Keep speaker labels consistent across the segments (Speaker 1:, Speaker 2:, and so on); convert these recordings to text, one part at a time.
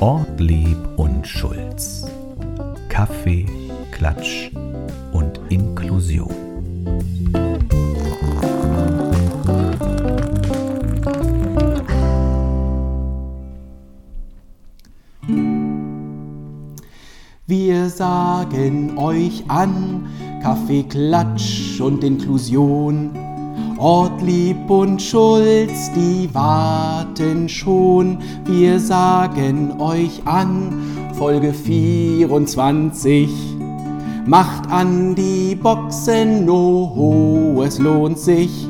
Speaker 1: Ortlieb und Schulz. Kaffee, Klatsch und Inklusion.
Speaker 2: Wir sagen euch an Kaffee, Klatsch und Inklusion. Ortlieb und Schulz, die warten schon. Wir sagen euch an Folge 24. Macht an die Boxen, no ho, es lohnt sich.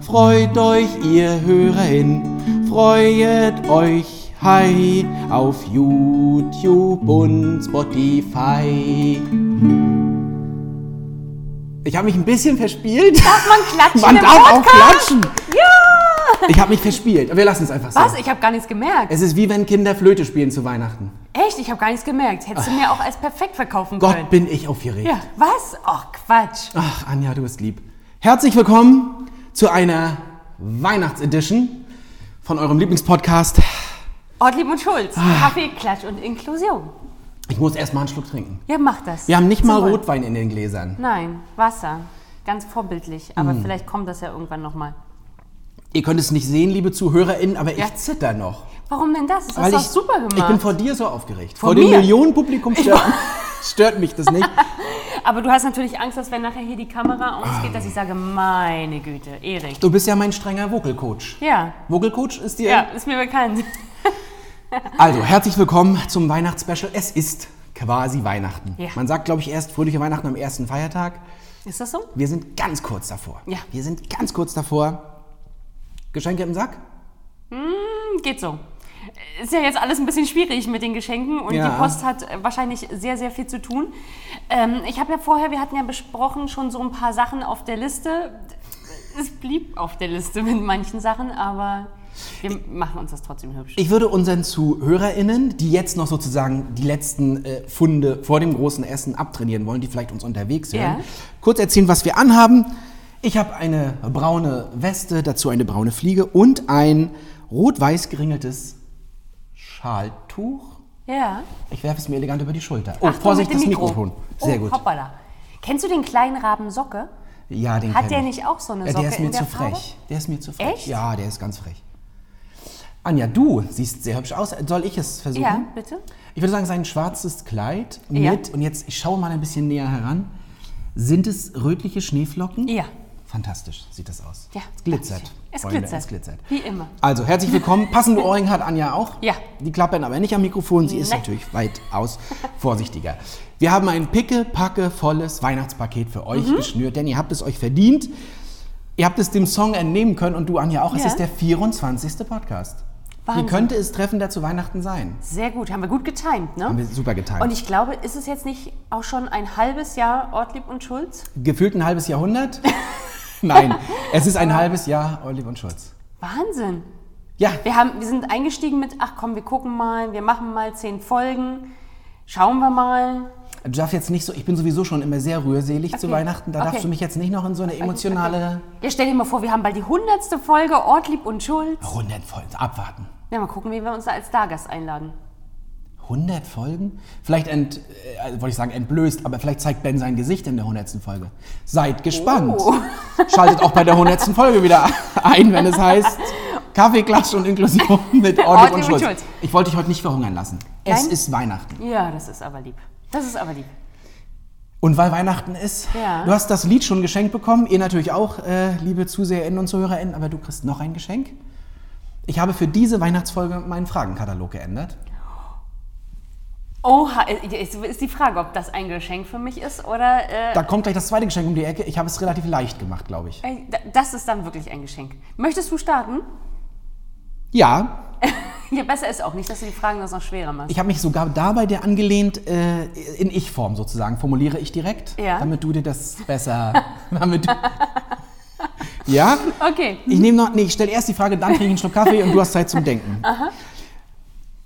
Speaker 2: Freut euch, ihr Hörerin, freuet euch, hi, auf YouTube und Spotify. Ich habe mich ein bisschen verspielt.
Speaker 3: Darf man klatschen
Speaker 2: Man
Speaker 3: im
Speaker 2: darf auch
Speaker 3: Podcast?
Speaker 2: klatschen.
Speaker 3: Ja!
Speaker 2: Ich habe mich verspielt. Aber wir lassen es einfach so.
Speaker 3: Was? Ich habe gar nichts gemerkt.
Speaker 2: Es ist wie wenn Kinder Flöte spielen zu Weihnachten.
Speaker 3: Echt? Ich habe gar nichts gemerkt. Hättest du mir auch als perfekt verkaufen
Speaker 2: Gott,
Speaker 3: können.
Speaker 2: bin ich aufgeregt.
Speaker 3: Ja. Was? Ach, Quatsch.
Speaker 2: Ach, Anja, du bist lieb. Herzlich willkommen zu einer Weihnachtsedition von eurem Lieblingspodcast.
Speaker 3: Ortlieb und Schulz.
Speaker 2: Ah.
Speaker 3: Kaffee, Klatsch und Inklusion.
Speaker 2: Ich muss erstmal einen Schluck trinken.
Speaker 3: Ja, mach das.
Speaker 2: Wir haben nicht mal
Speaker 3: Zum Wohl.
Speaker 2: Rotwein in den Gläsern.
Speaker 3: Nein, Wasser. Ganz vorbildlich. Aber
Speaker 2: Hm.
Speaker 3: vielleicht kommt das ja irgendwann nochmal.
Speaker 2: Ihr könnt es nicht sehen, liebe ZuhörerInnen, aber ich
Speaker 3: Ja.
Speaker 2: zitter noch.
Speaker 3: Warum denn das? Das ist
Speaker 2: ich,
Speaker 3: doch super gemacht.
Speaker 2: ich bin vor dir so aufgeregt. Vor,
Speaker 3: Vor
Speaker 2: dem
Speaker 3: mir?
Speaker 2: Millionenpublikum stört, stört mich das nicht.
Speaker 3: Aber du hast natürlich Angst, dass wenn nachher hier die Kamera ausgeht, dass ich sage, meine Güte, Erik.
Speaker 2: Du bist ja mein strenger Vocal Coach.
Speaker 3: Ja.
Speaker 2: Vocal Coach ist dir
Speaker 3: Ja, ist mir bekannt.
Speaker 2: Also, herzlich willkommen zum Weihnachtsspecial. Es ist quasi Weihnachten.
Speaker 3: Ja.
Speaker 2: Man sagt, glaube ich, erst fröhliche Weihnachten am ersten Feiertag.
Speaker 3: Ist das so?
Speaker 2: Wir sind ganz kurz davor.
Speaker 3: Ja.
Speaker 2: Wir sind ganz kurz davor. Geschenke im Sack?
Speaker 3: Geht so. Ist ja jetzt alles ein bisschen schwierig mit den Geschenken und
Speaker 2: Ja.
Speaker 3: die Post hat äh, wahrscheinlich sehr, sehr viel zu tun. Ähm, ich habe ja vorher, wir hatten ja besprochen, schon so ein paar Sachen auf der Liste. Es blieb auf der Liste mit manchen Sachen, aber wir machen uns das trotzdem hübsch.
Speaker 2: Ich würde unseren ZuhörerInnen, die jetzt noch sozusagen die letzten äh, Funde vor dem großen Essen abtrainieren wollen, die vielleicht uns unterwegs hören,
Speaker 3: Ja.
Speaker 2: kurz erzählen, was wir anhaben. Ich habe eine braune Weste, dazu eine braune Fliege und ein rot-weiß geringeltes Schaltuch.
Speaker 3: ja.
Speaker 2: Ich werfe es mir elegant über die Schulter. Oh,
Speaker 3: Achtung
Speaker 2: Vorsicht,
Speaker 3: mit dem
Speaker 2: das
Speaker 3: Mikro.
Speaker 2: Mikrofon. Sehr
Speaker 3: oh,
Speaker 2: gut.
Speaker 3: Hoppala. Kennst du den kleinen Raben Socke?
Speaker 2: Ja, den
Speaker 3: Hat
Speaker 2: kenn
Speaker 3: der
Speaker 2: ich.
Speaker 3: nicht auch so eine
Speaker 2: Ja,
Speaker 3: Socke
Speaker 2: der ist mir
Speaker 3: in der
Speaker 2: zu
Speaker 3: Farbe?
Speaker 2: frech. Der ist mir zu frech.
Speaker 3: Echt?
Speaker 2: Ja, der ist ganz frech. Anja, du siehst sehr hübsch aus. Soll ich es versuchen?
Speaker 3: Ja, bitte.
Speaker 2: Ich würde sagen, sein schwarzes Kleid
Speaker 3: Ja.
Speaker 2: mit, und jetzt, ich schaue mal ein bisschen näher heran. Sind es rötliche Schneeflocken?
Speaker 3: Ja.
Speaker 2: Fantastisch sieht das aus.
Speaker 3: Ja,
Speaker 2: Es glitzert.
Speaker 3: Dankeschön. Es
Speaker 2: Freunde,
Speaker 3: glitzert.
Speaker 2: Es glitzert.
Speaker 3: Wie immer.
Speaker 2: Also, herzlich willkommen. Passende Ohrring hat Anja auch.
Speaker 3: Ja.
Speaker 2: Die klappern aber nicht am Mikrofon. Sie ist
Speaker 3: Nein.
Speaker 2: natürlich weitaus vorsichtiger. Wir haben ein picke-packe volles Weihnachtspaket für
Speaker 3: Mhm.
Speaker 2: euch geschnürt, denn ihr habt es euch verdient. Ihr habt es dem Song entnehmen können und du, Anja, auch. Es
Speaker 3: Ja.
Speaker 2: ist der 24. Podcast.
Speaker 3: Wahnsinn.
Speaker 2: Wie könnte es treffender zu Weihnachten sein?
Speaker 3: Sehr gut, haben wir gut getimt, ne?
Speaker 2: Haben wir super getimt.
Speaker 3: Und ich glaube, ist es jetzt nicht auch schon ein halbes Jahr Ortlieb und Schulz?
Speaker 2: Gefühlt ein halbes Jahrhundert? Nein, es ist ein halbes Jahr Olive und Schulz.
Speaker 3: Wahnsinn.
Speaker 2: Ja,
Speaker 3: Wir, haben, wir sind eingestiegen mit, ach komm, wir gucken mal, wir machen mal zehn Folgen, schauen wir mal.
Speaker 2: du darfst jetzt nicht so, ich bin sowieso schon immer sehr rührselig zu
Speaker 3: Okay.
Speaker 2: Weihnachten, da
Speaker 3: Okay.
Speaker 2: darfst du mich jetzt nicht noch in so eine emotionale
Speaker 3: Ja, stell dir mal vor, wir haben bald die hundertste Folge Ortlieb und Schulz.
Speaker 2: Hundert Folgen abwarten.
Speaker 3: Ja, mal gucken, wen wir uns da als Stargast einladen.
Speaker 2: 100 Folgen? Vielleicht ent, äh, also wollte ich sagen entblößt, aber vielleicht zeigt Ben sein Gesicht in der 100. Folge. Seid gespannt.
Speaker 3: Oh.
Speaker 2: Schaltet auch bei der 100. Folge wieder ein, wenn es heißt Kaffeeklatsch und Inklusion mit Ortlieb und Schulz. Ich wollte dich heute nicht verhungern lassen. Es
Speaker 3: Nein.
Speaker 2: ist Weihnachten.
Speaker 3: Ja, das ist aber lieb. Das ist aber lieb.
Speaker 2: Und weil Weihnachten ist,
Speaker 3: Ja.
Speaker 2: du hast das Lied schon geschenkt bekommen, ihr natürlich auch, äh, liebe ZuseherInnen und ZuhörerInnen, aber du kriegst noch ein Geschenk. Ich habe für diese Weihnachtsfolge meinen Fragenkatalog geändert.
Speaker 3: Oha, ist, ist die Frage, ob das ein Geschenk für mich ist oder äh,
Speaker 2: Da kommt gleich das zweite Geschenk um die Ecke. Ich habe es relativ leicht gemacht, glaube ich.
Speaker 3: äh, da- das ist dann wirklich ein Geschenk. Möchtest du starten?
Speaker 2: Ja,
Speaker 3: Ja, besser ist auch nicht, dass du die Fragen das noch schwerer machst.
Speaker 2: ich habe mich sogar dabei dir angelehnt, äh, in Ich-Form sozusagen, formuliere ich direkt,
Speaker 3: Ja.
Speaker 2: damit du dir das besser... damit du, ja?
Speaker 3: Okay.
Speaker 2: Ich nehme noch... Nee, ich stelle erst die Frage, dann kriege ich einen Schluck Kaffee und du hast Zeit zum Denken.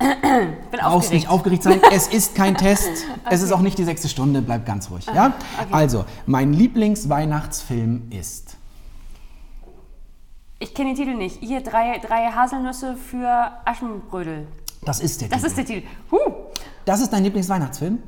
Speaker 3: Ich bin
Speaker 2: brauchst
Speaker 3: aufgeregt.
Speaker 2: nicht aufgeregt sein. Es ist kein Test. Es ist auch nicht die sechste Stunde. Bleib ganz ruhig.
Speaker 3: Ah,
Speaker 2: Ja? Also, mein Lieblingsweihnachtsfilm ist.
Speaker 3: Ich kenne den Titel nicht. Hier drei, drei Haselnüsse für Aschenbrödel.
Speaker 2: Das ist der
Speaker 3: Das
Speaker 2: Titel.
Speaker 3: ist der Titel. Huh,
Speaker 2: das ist dein Lieblingsweihnachtsfilm?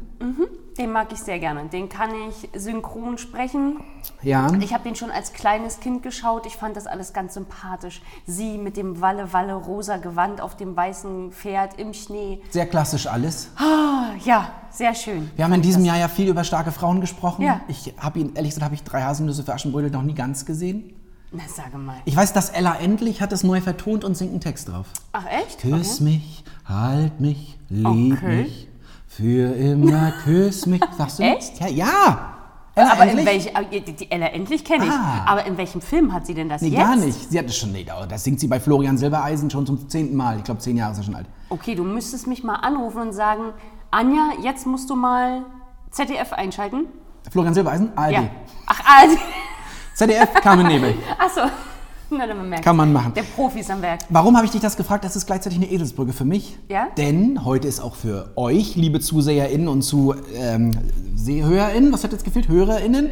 Speaker 3: den mag ich sehr gerne. Den kann ich synchron sprechen.
Speaker 2: Ja.
Speaker 3: Ich habe den schon als kleines Kind geschaut. Ich fand das alles ganz sympathisch. Sie mit dem Walle-Walle-rosa Gewand auf dem weißen Pferd im Schnee.
Speaker 2: Sehr klassisch alles.
Speaker 3: Ah, Ja, sehr schön.
Speaker 2: Wir haben in diesem Jahr ja viel über starke Frauen gesprochen.
Speaker 3: Ja.
Speaker 2: Ich habe ihn, ehrlich gesagt, habe ich drei Haselnüsse für Aschenbrödel noch nie ganz gesehen.
Speaker 3: Na, sage mal.
Speaker 2: Ich weiß, dass Ella endlich hat es neu vertont und singt einen Text drauf.
Speaker 3: Ach, echt?
Speaker 2: Küss mich, halt mich, lieb
Speaker 3: Okay.
Speaker 2: mich, für immer küss mich. Sagst du nicht?
Speaker 3: Echt?
Speaker 2: Ja, ja. Ella
Speaker 3: Aber in
Speaker 2: endlich?
Speaker 3: welch, ah, die die Ella endlich kenne ich.
Speaker 2: Ah.
Speaker 3: Aber in welchem Film hat sie denn das
Speaker 2: Nee,
Speaker 3: jetzt?
Speaker 2: gar nicht. Sie hat es schon, nee, das singt sie bei Florian Silbereisen schon zum zehnten Mal. Ich glaube, zehn Jahre ist er schon alt.
Speaker 3: Okay, du müsstest mich mal anrufen und sagen, Anja, jetzt musst du mal ZDF einschalten.
Speaker 2: Florian Silbereisen? ARD.
Speaker 3: Ja. Ach, also.
Speaker 2: ZDF, Carmen Nebel.
Speaker 3: Achso. Na, dann merkt.
Speaker 2: Kann man machen.
Speaker 3: Der Profi ist am Werk.
Speaker 2: Warum habe ich dich das gefragt? Das ist gleichzeitig eine Eselsbrücke für mich.
Speaker 3: Ja?
Speaker 2: Denn heute ist auch für euch, liebe ZuseherInnen und zu ähm, SeehörerInnen, was hat jetzt gefehlt? HörerInnen.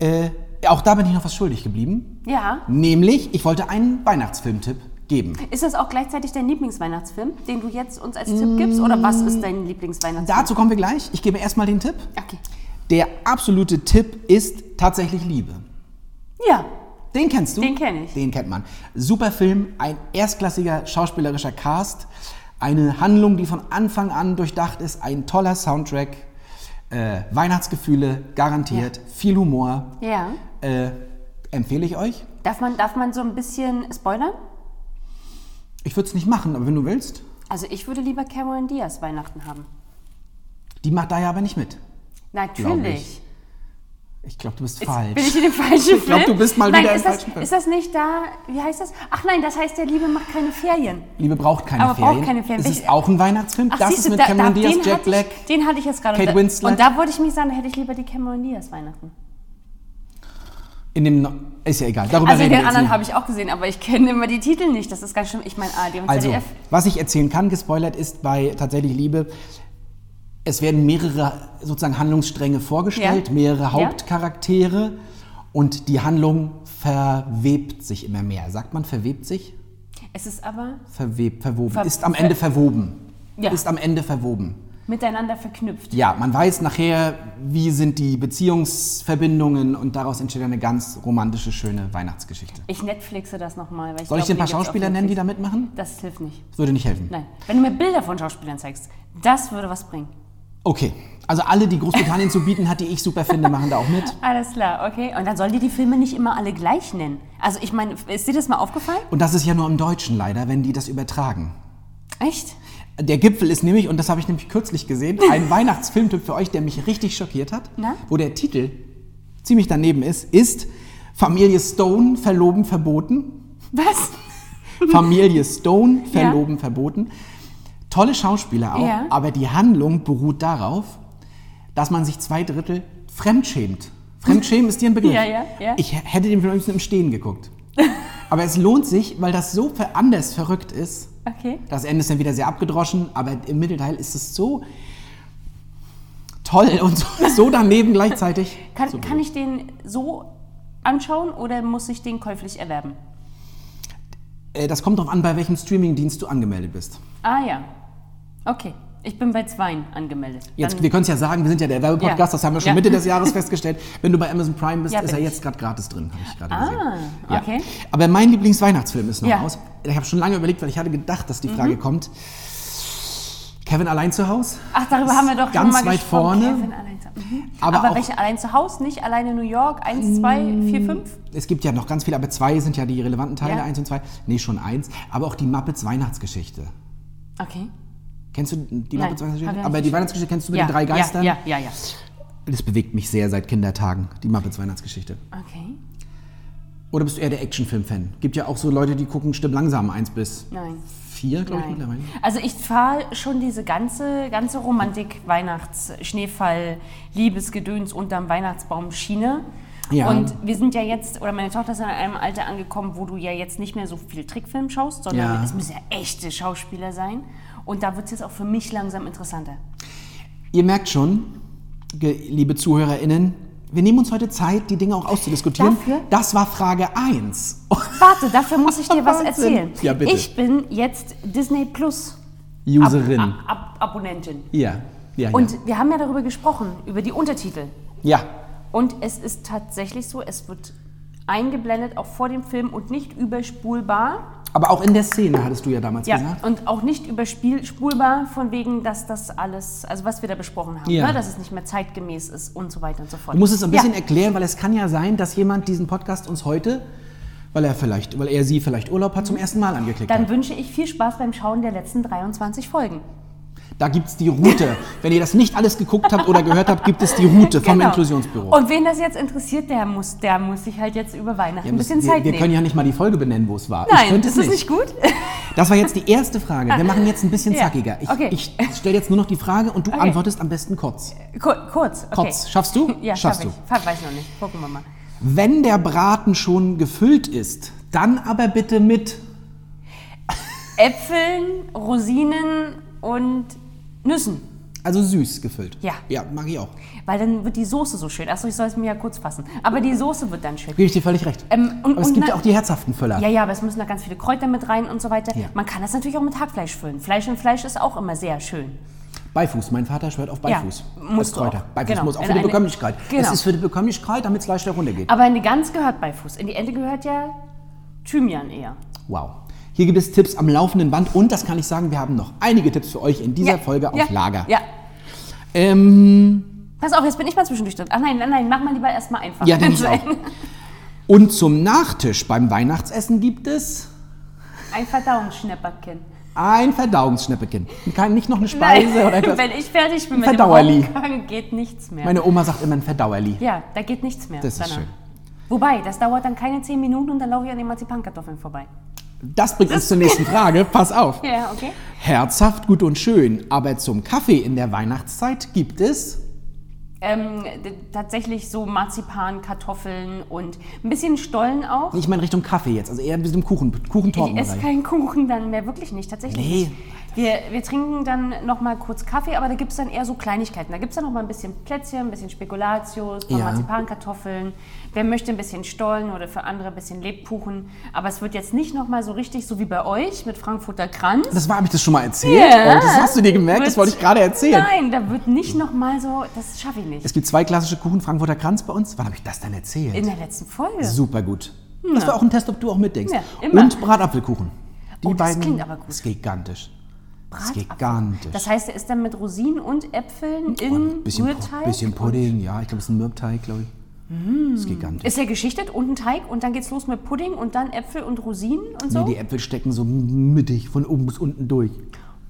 Speaker 2: Äh, auch da bin ich noch was schuldig geblieben.
Speaker 3: Ja.
Speaker 2: Nämlich, ich wollte einen Weihnachtsfilmtipp geben.
Speaker 3: Ist das auch gleichzeitig dein Lieblingsweihnachtsfilm, den du jetzt uns als Tipp gibst? Oder was ist dein Lieblingsweihnachtsfilm?
Speaker 2: Dazu kommen wir gleich. Ich gebe erstmal den Tipp.
Speaker 3: Okay.
Speaker 2: Der absolute Tipp ist tatsächlich Liebe.
Speaker 3: Ja.
Speaker 2: Den kennst du?
Speaker 3: Den kenn ich.
Speaker 2: Den kennt man. Super Film, ein erstklassiger schauspielerischer Cast, eine Handlung, die von Anfang an durchdacht ist, ein toller Soundtrack, äh, Weihnachtsgefühle garantiert, viel Humor.
Speaker 3: Ja.
Speaker 2: Äh, empfehle ich euch.
Speaker 3: Darf man, darf man so ein bisschen spoilern?
Speaker 2: Ich würde es nicht machen, aber wenn du willst,
Speaker 3: Also ich würde lieber Cameron Diaz Weihnachten haben.
Speaker 2: die macht da ja aber nicht mit.
Speaker 3: Natürlich.
Speaker 2: Ich glaube, du bist
Speaker 3: Bin
Speaker 2: falsch.
Speaker 3: ich in dem falschen Film? Ich
Speaker 2: glaub, du bist mal
Speaker 3: nein,
Speaker 2: wieder im
Speaker 3: ist das,
Speaker 2: falschen Film.
Speaker 3: Ist das nicht da, wie heißt das? Ach nein, das heißt, der Liebe macht keine Ferien.
Speaker 2: Liebe braucht keine
Speaker 3: Aber braucht
Speaker 2: Ferien.
Speaker 3: keine Ferien.
Speaker 2: Es
Speaker 3: Ich-
Speaker 2: ist auch ein Weihnachtsfilm.
Speaker 3: Ach,
Speaker 2: das
Speaker 3: siehst
Speaker 2: ist
Speaker 3: du,
Speaker 2: mit
Speaker 3: da-
Speaker 2: Cameron
Speaker 3: da,
Speaker 2: Diaz,
Speaker 3: den
Speaker 2: Jack
Speaker 3: hatte
Speaker 2: Black.
Speaker 3: Ich, den hatte ich jetzt gerade.
Speaker 2: Kate
Speaker 3: Und da-
Speaker 2: Winslet.
Speaker 3: Und da wollte ich mich sagen, da hätte ich lieber die Cameron Diaz Weihnachten.
Speaker 2: In dem no ist ja egal. Darüber
Speaker 3: also
Speaker 2: reden wir
Speaker 3: den
Speaker 2: jetzt
Speaker 3: anderen
Speaker 2: nicht.
Speaker 3: habe ich auch gesehen, aber ich kenne immer die Titel nicht. Das ist ganz schlimm. Ich meine ARD und
Speaker 2: Also,
Speaker 3: ZDF.
Speaker 2: was ich erzählen kann, gespoilert ist bei Tatsächlich Liebe, es werden mehrere sozusagen Handlungsstränge vorgestellt,
Speaker 3: Ja.
Speaker 2: mehrere
Speaker 3: Ja.
Speaker 2: Hauptcharaktere und die Handlung verwebt sich immer mehr. Sagt man verwebt sich?
Speaker 3: Es ist aber
Speaker 2: Verwebt, verwoben.
Speaker 3: Ver-
Speaker 2: ist am
Speaker 3: ver-
Speaker 2: Ende verwoben.
Speaker 3: Ja.
Speaker 2: Ist am Ende verwoben.
Speaker 3: miteinander verknüpft.
Speaker 2: Ja, man weiß nachher, wie sind die Beziehungsverbindungen und daraus entsteht eine ganz romantische, schöne Weihnachtsgeschichte.
Speaker 3: Ich Netflixe das nochmal.
Speaker 2: Soll ich dir ein paar Schauspieler nennen, die da mitmachen?
Speaker 3: Das hilft nicht.
Speaker 2: Das würde nicht helfen.
Speaker 3: Nein. Wenn du mir Bilder von Schauspielern zeigst, das würde was bringen.
Speaker 2: Okay. Also alle, die Großbritannien zu bieten hat, die ich super finde, machen da auch mit.
Speaker 3: Alles klar, okay. Und dann sollen die die Filme nicht immer alle gleich nennen. Also ich meine, ist dir das mal aufgefallen?
Speaker 2: Und das ist ja nur im Deutschen leider, wenn die das übertragen.
Speaker 3: Echt?
Speaker 2: Der Gipfel ist nämlich, und das habe ich nämlich kürzlich gesehen, ein Weihnachtsfilmtipp für euch, der mich richtig schockiert hat,
Speaker 3: Na?
Speaker 2: wo der Titel ziemlich daneben ist, ist Familie Stone verloben verboten.
Speaker 3: Was?
Speaker 2: Familie Stone verloben verboten. Tolle Schauspieler auch,
Speaker 3: Ja.
Speaker 2: aber die Handlung beruht darauf, dass man sich zwei Drittel fremdschämt. Fremdschämen ist dir ein Begriff.
Speaker 3: Ja, ja, ja.
Speaker 2: Ich hätte den Film am liebsten im Stehen geguckt. Aber es lohnt sich, weil das so ver- anders verrückt ist.
Speaker 3: Okay.
Speaker 2: Das Ende ist dann wieder sehr abgedroschen, aber im Mittelteil ist es so toll und so, so daneben gleichzeitig.
Speaker 3: Kann, kann ich den so anschauen oder muss ich den käuflich erwerben?
Speaker 2: Äh, Das kommt darauf an, bei welchem Streamingdienst du angemeldet bist.
Speaker 3: Ah ja. Okay. Ich bin bei Zweien angemeldet.
Speaker 2: Jetzt,
Speaker 3: Dann-
Speaker 2: wir können es ja sagen, wir sind ja der Werbepodcast,
Speaker 3: Ja.
Speaker 2: das haben wir schon
Speaker 3: Ja.
Speaker 2: Mitte des Jahres festgestellt. Wenn du bei Amazon Prime bist,
Speaker 3: Ja,
Speaker 2: ist
Speaker 3: bin
Speaker 2: er
Speaker 3: ich.
Speaker 2: jetzt gerade gratis drin, habe ich gerade
Speaker 3: Ah,
Speaker 2: gesehen.
Speaker 3: okay.
Speaker 2: Aber mein Lieblingsweihnachtsfilm ist noch
Speaker 3: Ja. Mhm.
Speaker 2: aus. Ich habe schon lange überlegt, weil ich hatte gedacht, dass die Frage kommt. Kevin allein zu Hause?
Speaker 3: Ach, darüber
Speaker 2: Ist
Speaker 3: haben wir doch
Speaker 2: ganz
Speaker 3: schon mal
Speaker 2: weit
Speaker 3: gesprochen.
Speaker 2: vorne.
Speaker 3: Kevin allein zu, mhm.
Speaker 2: Aber
Speaker 3: Aber,
Speaker 2: auch- Hm.
Speaker 3: welche allein zu Hause, nicht alleine New York? Eins, zwei, vier, fünf?
Speaker 2: Es gibt ja noch ganz viele, aber zwei sind ja die relevanten Teile,
Speaker 3: Ja.
Speaker 2: eins und zwei. Nee, schon eins. Aber auch die Muppets Weihnachtsgeschichte.
Speaker 3: Okay.
Speaker 2: Kennst du die Muppets
Speaker 3: Nein, hab ich
Speaker 2: Weihnachtsgeschichte?
Speaker 3: nicht
Speaker 2: Aber die
Speaker 3: gesehen.
Speaker 2: Weihnachtsgeschichte kennst du mit den drei Geistern?
Speaker 3: Ja, ja, ja.
Speaker 2: Das bewegt mich sehr seit Kindertagen, die Muppets Weihnachtsgeschichte.
Speaker 3: Okay.
Speaker 2: Oder bist du eher der Actionfilm-Fan? Gibt ja auch so Leute, die gucken Stimm langsam eins bis
Speaker 3: Nein.
Speaker 2: vier, glaube ich,
Speaker 3: Nein.
Speaker 2: mittlerweile.
Speaker 3: Also ich fahre schon diese ganze, ganze Romantik, Weihnachts, Schneefall, Liebesgedöns unterm Weihnachtsbaum Schiene.
Speaker 2: Ja.
Speaker 3: Und wir sind ja jetzt, oder meine Tochter ist in einem Alter angekommen, wo du ja jetzt nicht mehr so viel Trickfilm schaust, sondern
Speaker 2: Ja.
Speaker 3: es müssen ja echte Schauspieler sein. Und da wird es jetzt auch für mich langsam interessanter.
Speaker 2: Ihr merkt schon, ge- liebe ZuhörerInnen, wir nehmen uns heute Zeit, die Dinge auch auszudiskutieren.
Speaker 3: Dafür?
Speaker 2: Das war Frage 1.
Speaker 3: Warte, dafür muss ich dir was
Speaker 2: Wahnsinn.
Speaker 3: erzählen.
Speaker 2: Ja, bitte.
Speaker 3: Ich bin jetzt Disney Plus Ab
Speaker 2: Userin.
Speaker 3: Ab Ab Abonnentin.
Speaker 2: Ja. Ja, ja.
Speaker 3: Ah. Und wir haben ja darüber gesprochen, über die Untertitel.
Speaker 2: ja.
Speaker 3: Und es ist tatsächlich so, es wird eingeblendet, auch vor dem Film und nicht überspulbar.
Speaker 2: Aber auch in der Szene hattest du ja damals
Speaker 3: Ja.
Speaker 2: gesagt.
Speaker 3: Und auch nicht überspulbar, von wegen, dass das alles, also was wir da besprochen haben,
Speaker 2: Ja.
Speaker 3: ne? dass es nicht mehr zeitgemäß ist und so weiter und so fort.
Speaker 2: Du musst es ein bisschen
Speaker 3: ja.
Speaker 2: erklären, weil es kann ja sein, dass jemand diesen Podcast uns heute, weil er vielleicht, weil er sie vielleicht Urlaub hat, zum ersten Mal angeklickt
Speaker 3: Dann
Speaker 2: hat.
Speaker 3: wünsche ich viel Spaß beim Schauen der letzten 23 Folgen.
Speaker 2: Da gibt es die Route. Wenn ihr das nicht alles geguckt habt oder gehört habt, gibt es die Route vom
Speaker 3: Genau.
Speaker 2: Inklusionsbüro.
Speaker 3: Und wen das jetzt interessiert, der muss, der muss sich halt jetzt über Weihnachten
Speaker 2: Ja,
Speaker 3: ein
Speaker 2: das-
Speaker 3: bisschen
Speaker 2: wir,
Speaker 3: Zeit
Speaker 2: wir können
Speaker 3: nehmen.
Speaker 2: ja nicht mal die Folge benennen, wo es war. ich
Speaker 3: Nein,
Speaker 2: könnte
Speaker 3: ist
Speaker 2: es
Speaker 3: das
Speaker 2: nicht.
Speaker 3: nicht gut? Ah.
Speaker 2: Das war jetzt die erste Frage. Wir machen jetzt ein bisschen
Speaker 3: Ja,
Speaker 2: zackiger. Ich,
Speaker 3: okay.
Speaker 2: ich stelle jetzt nur noch die Frage und du
Speaker 3: Okay.
Speaker 2: antwortest am besten kurz.
Speaker 3: Kur kurz, okay.
Speaker 2: Kurz. Schaffst du?
Speaker 3: Ja,
Speaker 2: Schaffst
Speaker 3: schaff ich.
Speaker 2: du.
Speaker 3: Fa- Weiß noch nicht. Gucken wir mal.
Speaker 2: Wenn der Braten schon gefüllt ist, dann aber bitte mit.
Speaker 3: Äpfeln, Rosinen und Nüssen.
Speaker 2: Also süß gefüllt.
Speaker 3: Ja.
Speaker 2: Ja, mag ich auch.
Speaker 3: Weil dann wird die Soße so schön. Achso, ich soll es mir ja kurz fassen. Aber die Soße wird dann schön.
Speaker 2: Gebe ich dir völlig recht.
Speaker 3: Ähm, und-
Speaker 2: aber es
Speaker 3: und
Speaker 2: gibt
Speaker 3: na-
Speaker 2: ja auch die herzhaften Füller.
Speaker 3: Ja, ja, aber es müssen da ganz viele Kräuter mit rein und so weiter.
Speaker 2: Ja.
Speaker 3: Man kann das natürlich auch mit Hackfleisch füllen. Fleisch und Fleisch ist auch immer sehr schön.
Speaker 2: Beifuß. Mein Vater schwört auf Beifuß.
Speaker 3: Ja, musst
Speaker 2: Als
Speaker 3: du auch.
Speaker 2: Kräuter. Beifuß
Speaker 3: Genau.
Speaker 2: muss auch
Speaker 3: In
Speaker 2: für die
Speaker 3: eine-
Speaker 2: Bekömmlichkeit.
Speaker 3: Genau.
Speaker 2: Es ist für die Bekömmlichkeit, damit es leichter runtergeht.
Speaker 3: Aber eine Gans gehört Beifuß. In die Ente gehört ja Thymian eher.
Speaker 2: Wow. Hier gibt es Tipps am laufenden Band und das kann ich sagen, wir haben noch einige Tipps für euch in dieser
Speaker 3: ja.
Speaker 2: Folge auf
Speaker 3: ja.
Speaker 2: Lager.
Speaker 3: Ja.
Speaker 2: Ähm,
Speaker 3: Pass auf, jetzt bin ich mal zwischendurch drin. Ach nein, nein, nein, mach mal lieber erstmal einfach.
Speaker 2: ja, denke ich auch. Und zum Nachtisch beim Weihnachtsessen gibt es
Speaker 3: Ein Verdauungsschnäpperchen.
Speaker 2: ein Verdauungsschnäppchen. Kein- Nicht noch eine Speise oder etwas.
Speaker 3: Wenn ich fertig bin mit
Speaker 2: Verdauerli.
Speaker 3: dem Hauptgang, geht nichts mehr.
Speaker 2: Meine Oma sagt immer ein Verdauerli.
Speaker 3: ja, da geht nichts mehr.
Speaker 2: Das ist schön.
Speaker 3: Wobei, das dauert dann keine 10 Minuten und dann laufe ich an den Marzipankartoffeln vorbei.
Speaker 2: Das bringt uns zur nächsten Frage. Pass auf.
Speaker 3: Ja, okay.
Speaker 2: Herzhaft, gut und schön, aber zum Kaffee in der Weihnachtszeit gibt es
Speaker 3: Ähm, d- tatsächlich so Marzipan, Kartoffeln und ein bisschen Stollen auch.
Speaker 2: Ich meine Richtung Kaffee jetzt, also eher ein bisschen Kuchen,
Speaker 3: Ich
Speaker 2: Kuchentortenbereich.
Speaker 3: esse keinen Kuchen dann mehr, wirklich nicht, tatsächlich.
Speaker 2: Nee.
Speaker 3: Nicht. Wir, wir trinken dann nochmal kurz Kaffee, aber da gibt es dann eher so Kleinigkeiten. Da gibt es dann nochmal ein bisschen Plätzchen, ein bisschen Spekulatius, ein paar
Speaker 2: Ja.
Speaker 3: Marzipankartoffeln. Wer möchte ein bisschen Stollen oder für andere ein bisschen Lebkuchen. Aber es wird jetzt nicht nochmal so richtig, so wie bei euch mit Frankfurter Kranz.
Speaker 2: Das war, habe ich das schon mal erzählt?
Speaker 3: Ja.
Speaker 2: Oh, das hast du dir gemerkt, das
Speaker 3: Wird-
Speaker 2: wollte ich gerade erzählen.
Speaker 3: Nein, da wird nicht nochmal so, das schaffe ich nicht.
Speaker 2: Es gibt zwei klassische Kuchen, Frankfurter Kranz bei uns. Wann habe ich das denn
Speaker 3: In
Speaker 2: erzählt?
Speaker 3: der letzten Folge.
Speaker 2: Super gut. Das war auch ein Test, ob du auch mitdenkst.
Speaker 3: Ja, immer.
Speaker 2: Und Bratapfelkuchen. Die
Speaker 3: Oh, das klingt aber gut.
Speaker 2: Das ist gigantisch. Das ist
Speaker 3: Bratapfel.
Speaker 2: gigantisch.
Speaker 3: Das heißt, er ist dann mit Rosinen und Äpfeln in
Speaker 2: ein bisschen, Pu-
Speaker 3: Rührteig.
Speaker 2: bisschen Pudding, ja. Ich glaube, es ist ein Mürbteig, glaube ich. Das ist gigantisch.
Speaker 3: Hm. Ist er geschichtet und ein Teig und dann geht's los mit Pudding und dann Äpfel und Rosinen und so?
Speaker 2: Nee, die Äpfel stecken so mittig von oben bis unten durch.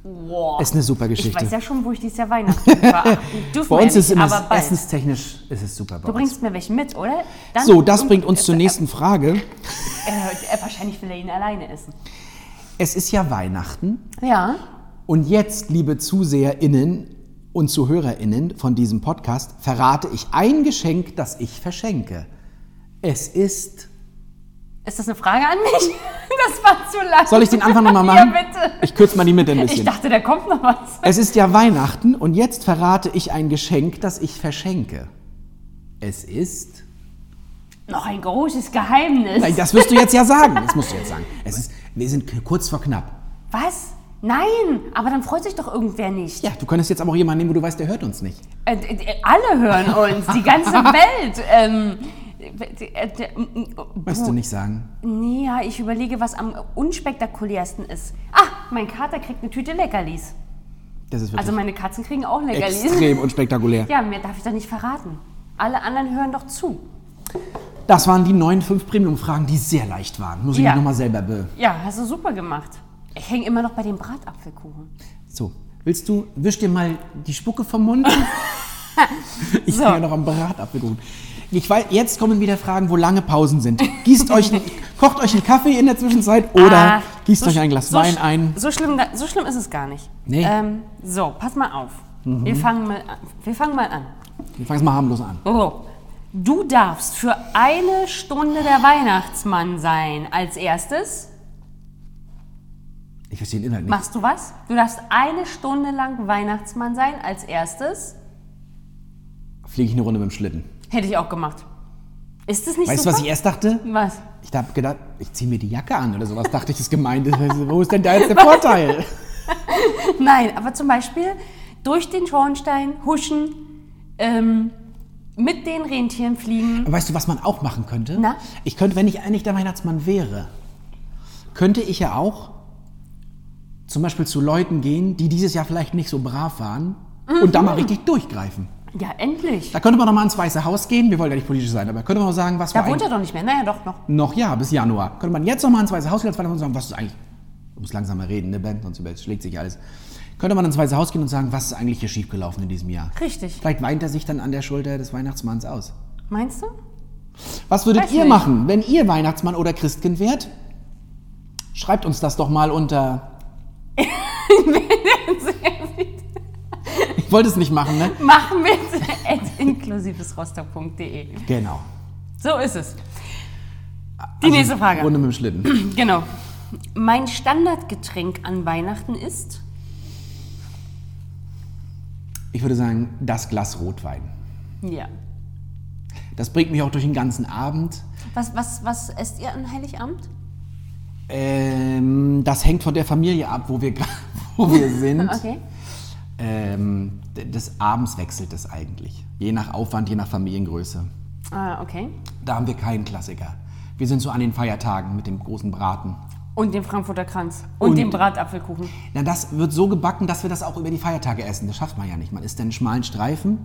Speaker 3: Boah.
Speaker 2: Ist eine super
Speaker 3: ich
Speaker 2: Geschichte.
Speaker 3: weiß ja schon, wo ich dieses Jahr Weihnachten war. Ach, dürfen
Speaker 2: Bei
Speaker 3: wir
Speaker 2: uns
Speaker 3: ja
Speaker 2: ist
Speaker 3: nicht,
Speaker 2: immer
Speaker 3: aber bald.
Speaker 2: essenstechnisch ist es super bei
Speaker 3: Du
Speaker 2: uns.
Speaker 3: bringst mir welche mit, oder? Dann
Speaker 2: So, das bringt uns zur nächsten Frage.
Speaker 3: Äh, äh, wahrscheinlich will er ihn alleine essen.
Speaker 2: Es ist ja Weihnachten
Speaker 3: Ja.
Speaker 2: und jetzt, liebe ZuseherInnen und ZuhörerInnen von diesem Podcast, verrate ich ein Geschenk, das ich verschenke. Es ist...
Speaker 3: Ist das eine Frage an mich? Das war zu lang.
Speaker 2: Soll ich den Anfang nochmal machen?
Speaker 3: Ja, bitte.
Speaker 2: Ich kürze mal die Mitte ein bisschen.
Speaker 3: Ich dachte, da kommt noch was.
Speaker 2: Es ist ja Weihnachten und jetzt verrate ich ein Geschenk, das ich verschenke. Es ist...
Speaker 3: Noch ein großes Geheimnis.
Speaker 2: Nein, das wirst du jetzt ja sagen. Das musst du jetzt sagen. Es ist, wir sind kurz vor knapp.
Speaker 3: Was? Nein, aber dann freut sich doch irgendwer nicht.
Speaker 2: Ja, du könntest jetzt aber auch jemanden nehmen, wo du weißt, der hört uns nicht.
Speaker 3: Äh, äh, alle hören uns, die ganze Welt. Ähm, äh, äh,
Speaker 2: Weißt
Speaker 3: Oh.
Speaker 2: du nicht sagen.
Speaker 3: Nee, ja, ich überlege, was am unspektakulärsten ist. Ah, mein Kater kriegt eine Tüte Leckerlis.
Speaker 2: Das ist wirklich
Speaker 3: Also meine Katzen kriegen auch Leckerlis.
Speaker 2: extrem unspektakulär.
Speaker 3: Ja, mehr darf ich doch nicht verraten. Alle anderen hören doch zu.
Speaker 2: Das waren die neuen fünf Premium-Fragen, die sehr leicht waren. Muss ich
Speaker 3: Ja.
Speaker 2: mich nochmal selber be...
Speaker 3: Ja, hast du super gemacht. Ich hänge immer noch bei dem Bratapfelkuchen.
Speaker 2: So, willst du, wisch dir mal die Spucke vom Mund? ich
Speaker 3: So.
Speaker 2: bin ja noch am Brat abgehoben. Ich weiß, jetzt kommen wieder Fragen, wo lange Pausen sind. Gießt euch, einen- kocht euch einen Kaffee in der Zwischenzeit oder
Speaker 3: Ah,
Speaker 2: gießt
Speaker 3: so
Speaker 2: euch ein
Speaker 3: sch-
Speaker 2: Glas
Speaker 3: so
Speaker 2: Wein
Speaker 3: sch-
Speaker 2: ein.
Speaker 3: So schlimm, ga- so schlimm ist es gar nicht.
Speaker 2: Nee. Mhm.
Speaker 3: Ähm, so, pass mal auf. Wir, fangen mal an. Wir fangen mal an.
Speaker 2: Wir fangen mal harmlos an.
Speaker 3: Oh. Du darfst für eine Stunde der Weihnachtsmann sein. Als erstes
Speaker 2: Ich verstehe den Inhalt nicht.
Speaker 3: machst du was? Du darfst eine Stunde lang Weihnachtsmann sein. Als erstes
Speaker 2: Fliege ich eine Runde mit dem Schlitten.
Speaker 3: Hätte ich auch gemacht. Ist das nicht
Speaker 2: Weißt
Speaker 3: so?
Speaker 2: du, was ich erst dachte?
Speaker 3: Was?
Speaker 2: Ich habe gedacht, ich ziehe mir die Jacke an oder sowas. Dachte ich, das ist gemeint. Wo ist denn da jetzt der Vorteil?
Speaker 3: Nein, aber zum Beispiel durch den Schornstein huschen, ähm, mit den Rentieren fliegen.
Speaker 2: Aber weißt du, was man auch machen könnte?
Speaker 3: Na?
Speaker 2: Ich könnte, wenn ich eigentlich der Weihnachtsmann wäre, könnte ich ja auch zum Beispiel zu Leuten gehen, die dieses Jahr vielleicht nicht so brav waren und
Speaker 3: Mhm.
Speaker 2: da mal richtig durchgreifen.
Speaker 3: Ja, endlich.
Speaker 2: Da könnte man doch mal ins Weiße Haus gehen. Wir wollen ja nicht politisch sein, aber könnte man mal sagen, was
Speaker 3: Da
Speaker 2: wir
Speaker 3: wohnt
Speaker 2: eigentlich
Speaker 3: er doch nicht mehr. Naja, doch noch.
Speaker 2: noch ja bis Januar. Könnte man jetzt noch mal ins Weiße Haus gehen als Weihnachtsmann und sagen, was ist eigentlich? Du musst langsamer reden, ne Ben, sonst überschlägt sich alles. Könnte man ins Weiße Haus gehen und sagen, was ist eigentlich hier schiefgelaufen in diesem Jahr?
Speaker 3: Richtig.
Speaker 2: Vielleicht weint er sich dann an der Schulter des Weihnachtsmanns aus.
Speaker 3: Meinst du?
Speaker 2: Was würdet
Speaker 3: Weiß
Speaker 2: ihr
Speaker 3: nicht.
Speaker 2: machen, wenn ihr Weihnachtsmann oder Christkind wärt? Schreibt uns das doch mal unter. ich wollte es nicht machen, ne?
Speaker 3: Mach mit at inklusivesrostock.de.
Speaker 2: Genau. Also
Speaker 3: So ist es. Die nächste Frage.
Speaker 2: Runde mit dem Schlitten.
Speaker 3: Genau. Mein Standardgetränk an Weihnachten ist.
Speaker 2: Ich würde sagen, das Glas Rotwein.
Speaker 3: Ja.
Speaker 2: Das bringt mich auch durch den ganzen Abend.
Speaker 3: Was, was, was esst ihr an Heiligabend?
Speaker 2: Ähm, das hängt von der Familie ab, wo wir, gra- wo wir sind.
Speaker 3: Okay.
Speaker 2: Ähm, d- des Abends wechselt es eigentlich. Je nach Aufwand, je nach Familiengröße.
Speaker 3: Ah, okay.
Speaker 2: Da haben wir keinen Klassiker. Wir sind so an den Feiertagen mit dem großen Braten.
Speaker 3: Und den Frankfurter Kranz. Und,
Speaker 2: Und-
Speaker 3: den Bratapfelkuchen.
Speaker 2: Na, das wird so gebacken, dass wir das auch über die Feiertage essen. Das schafft man ja nicht. Man isst einen schmalen Streifen.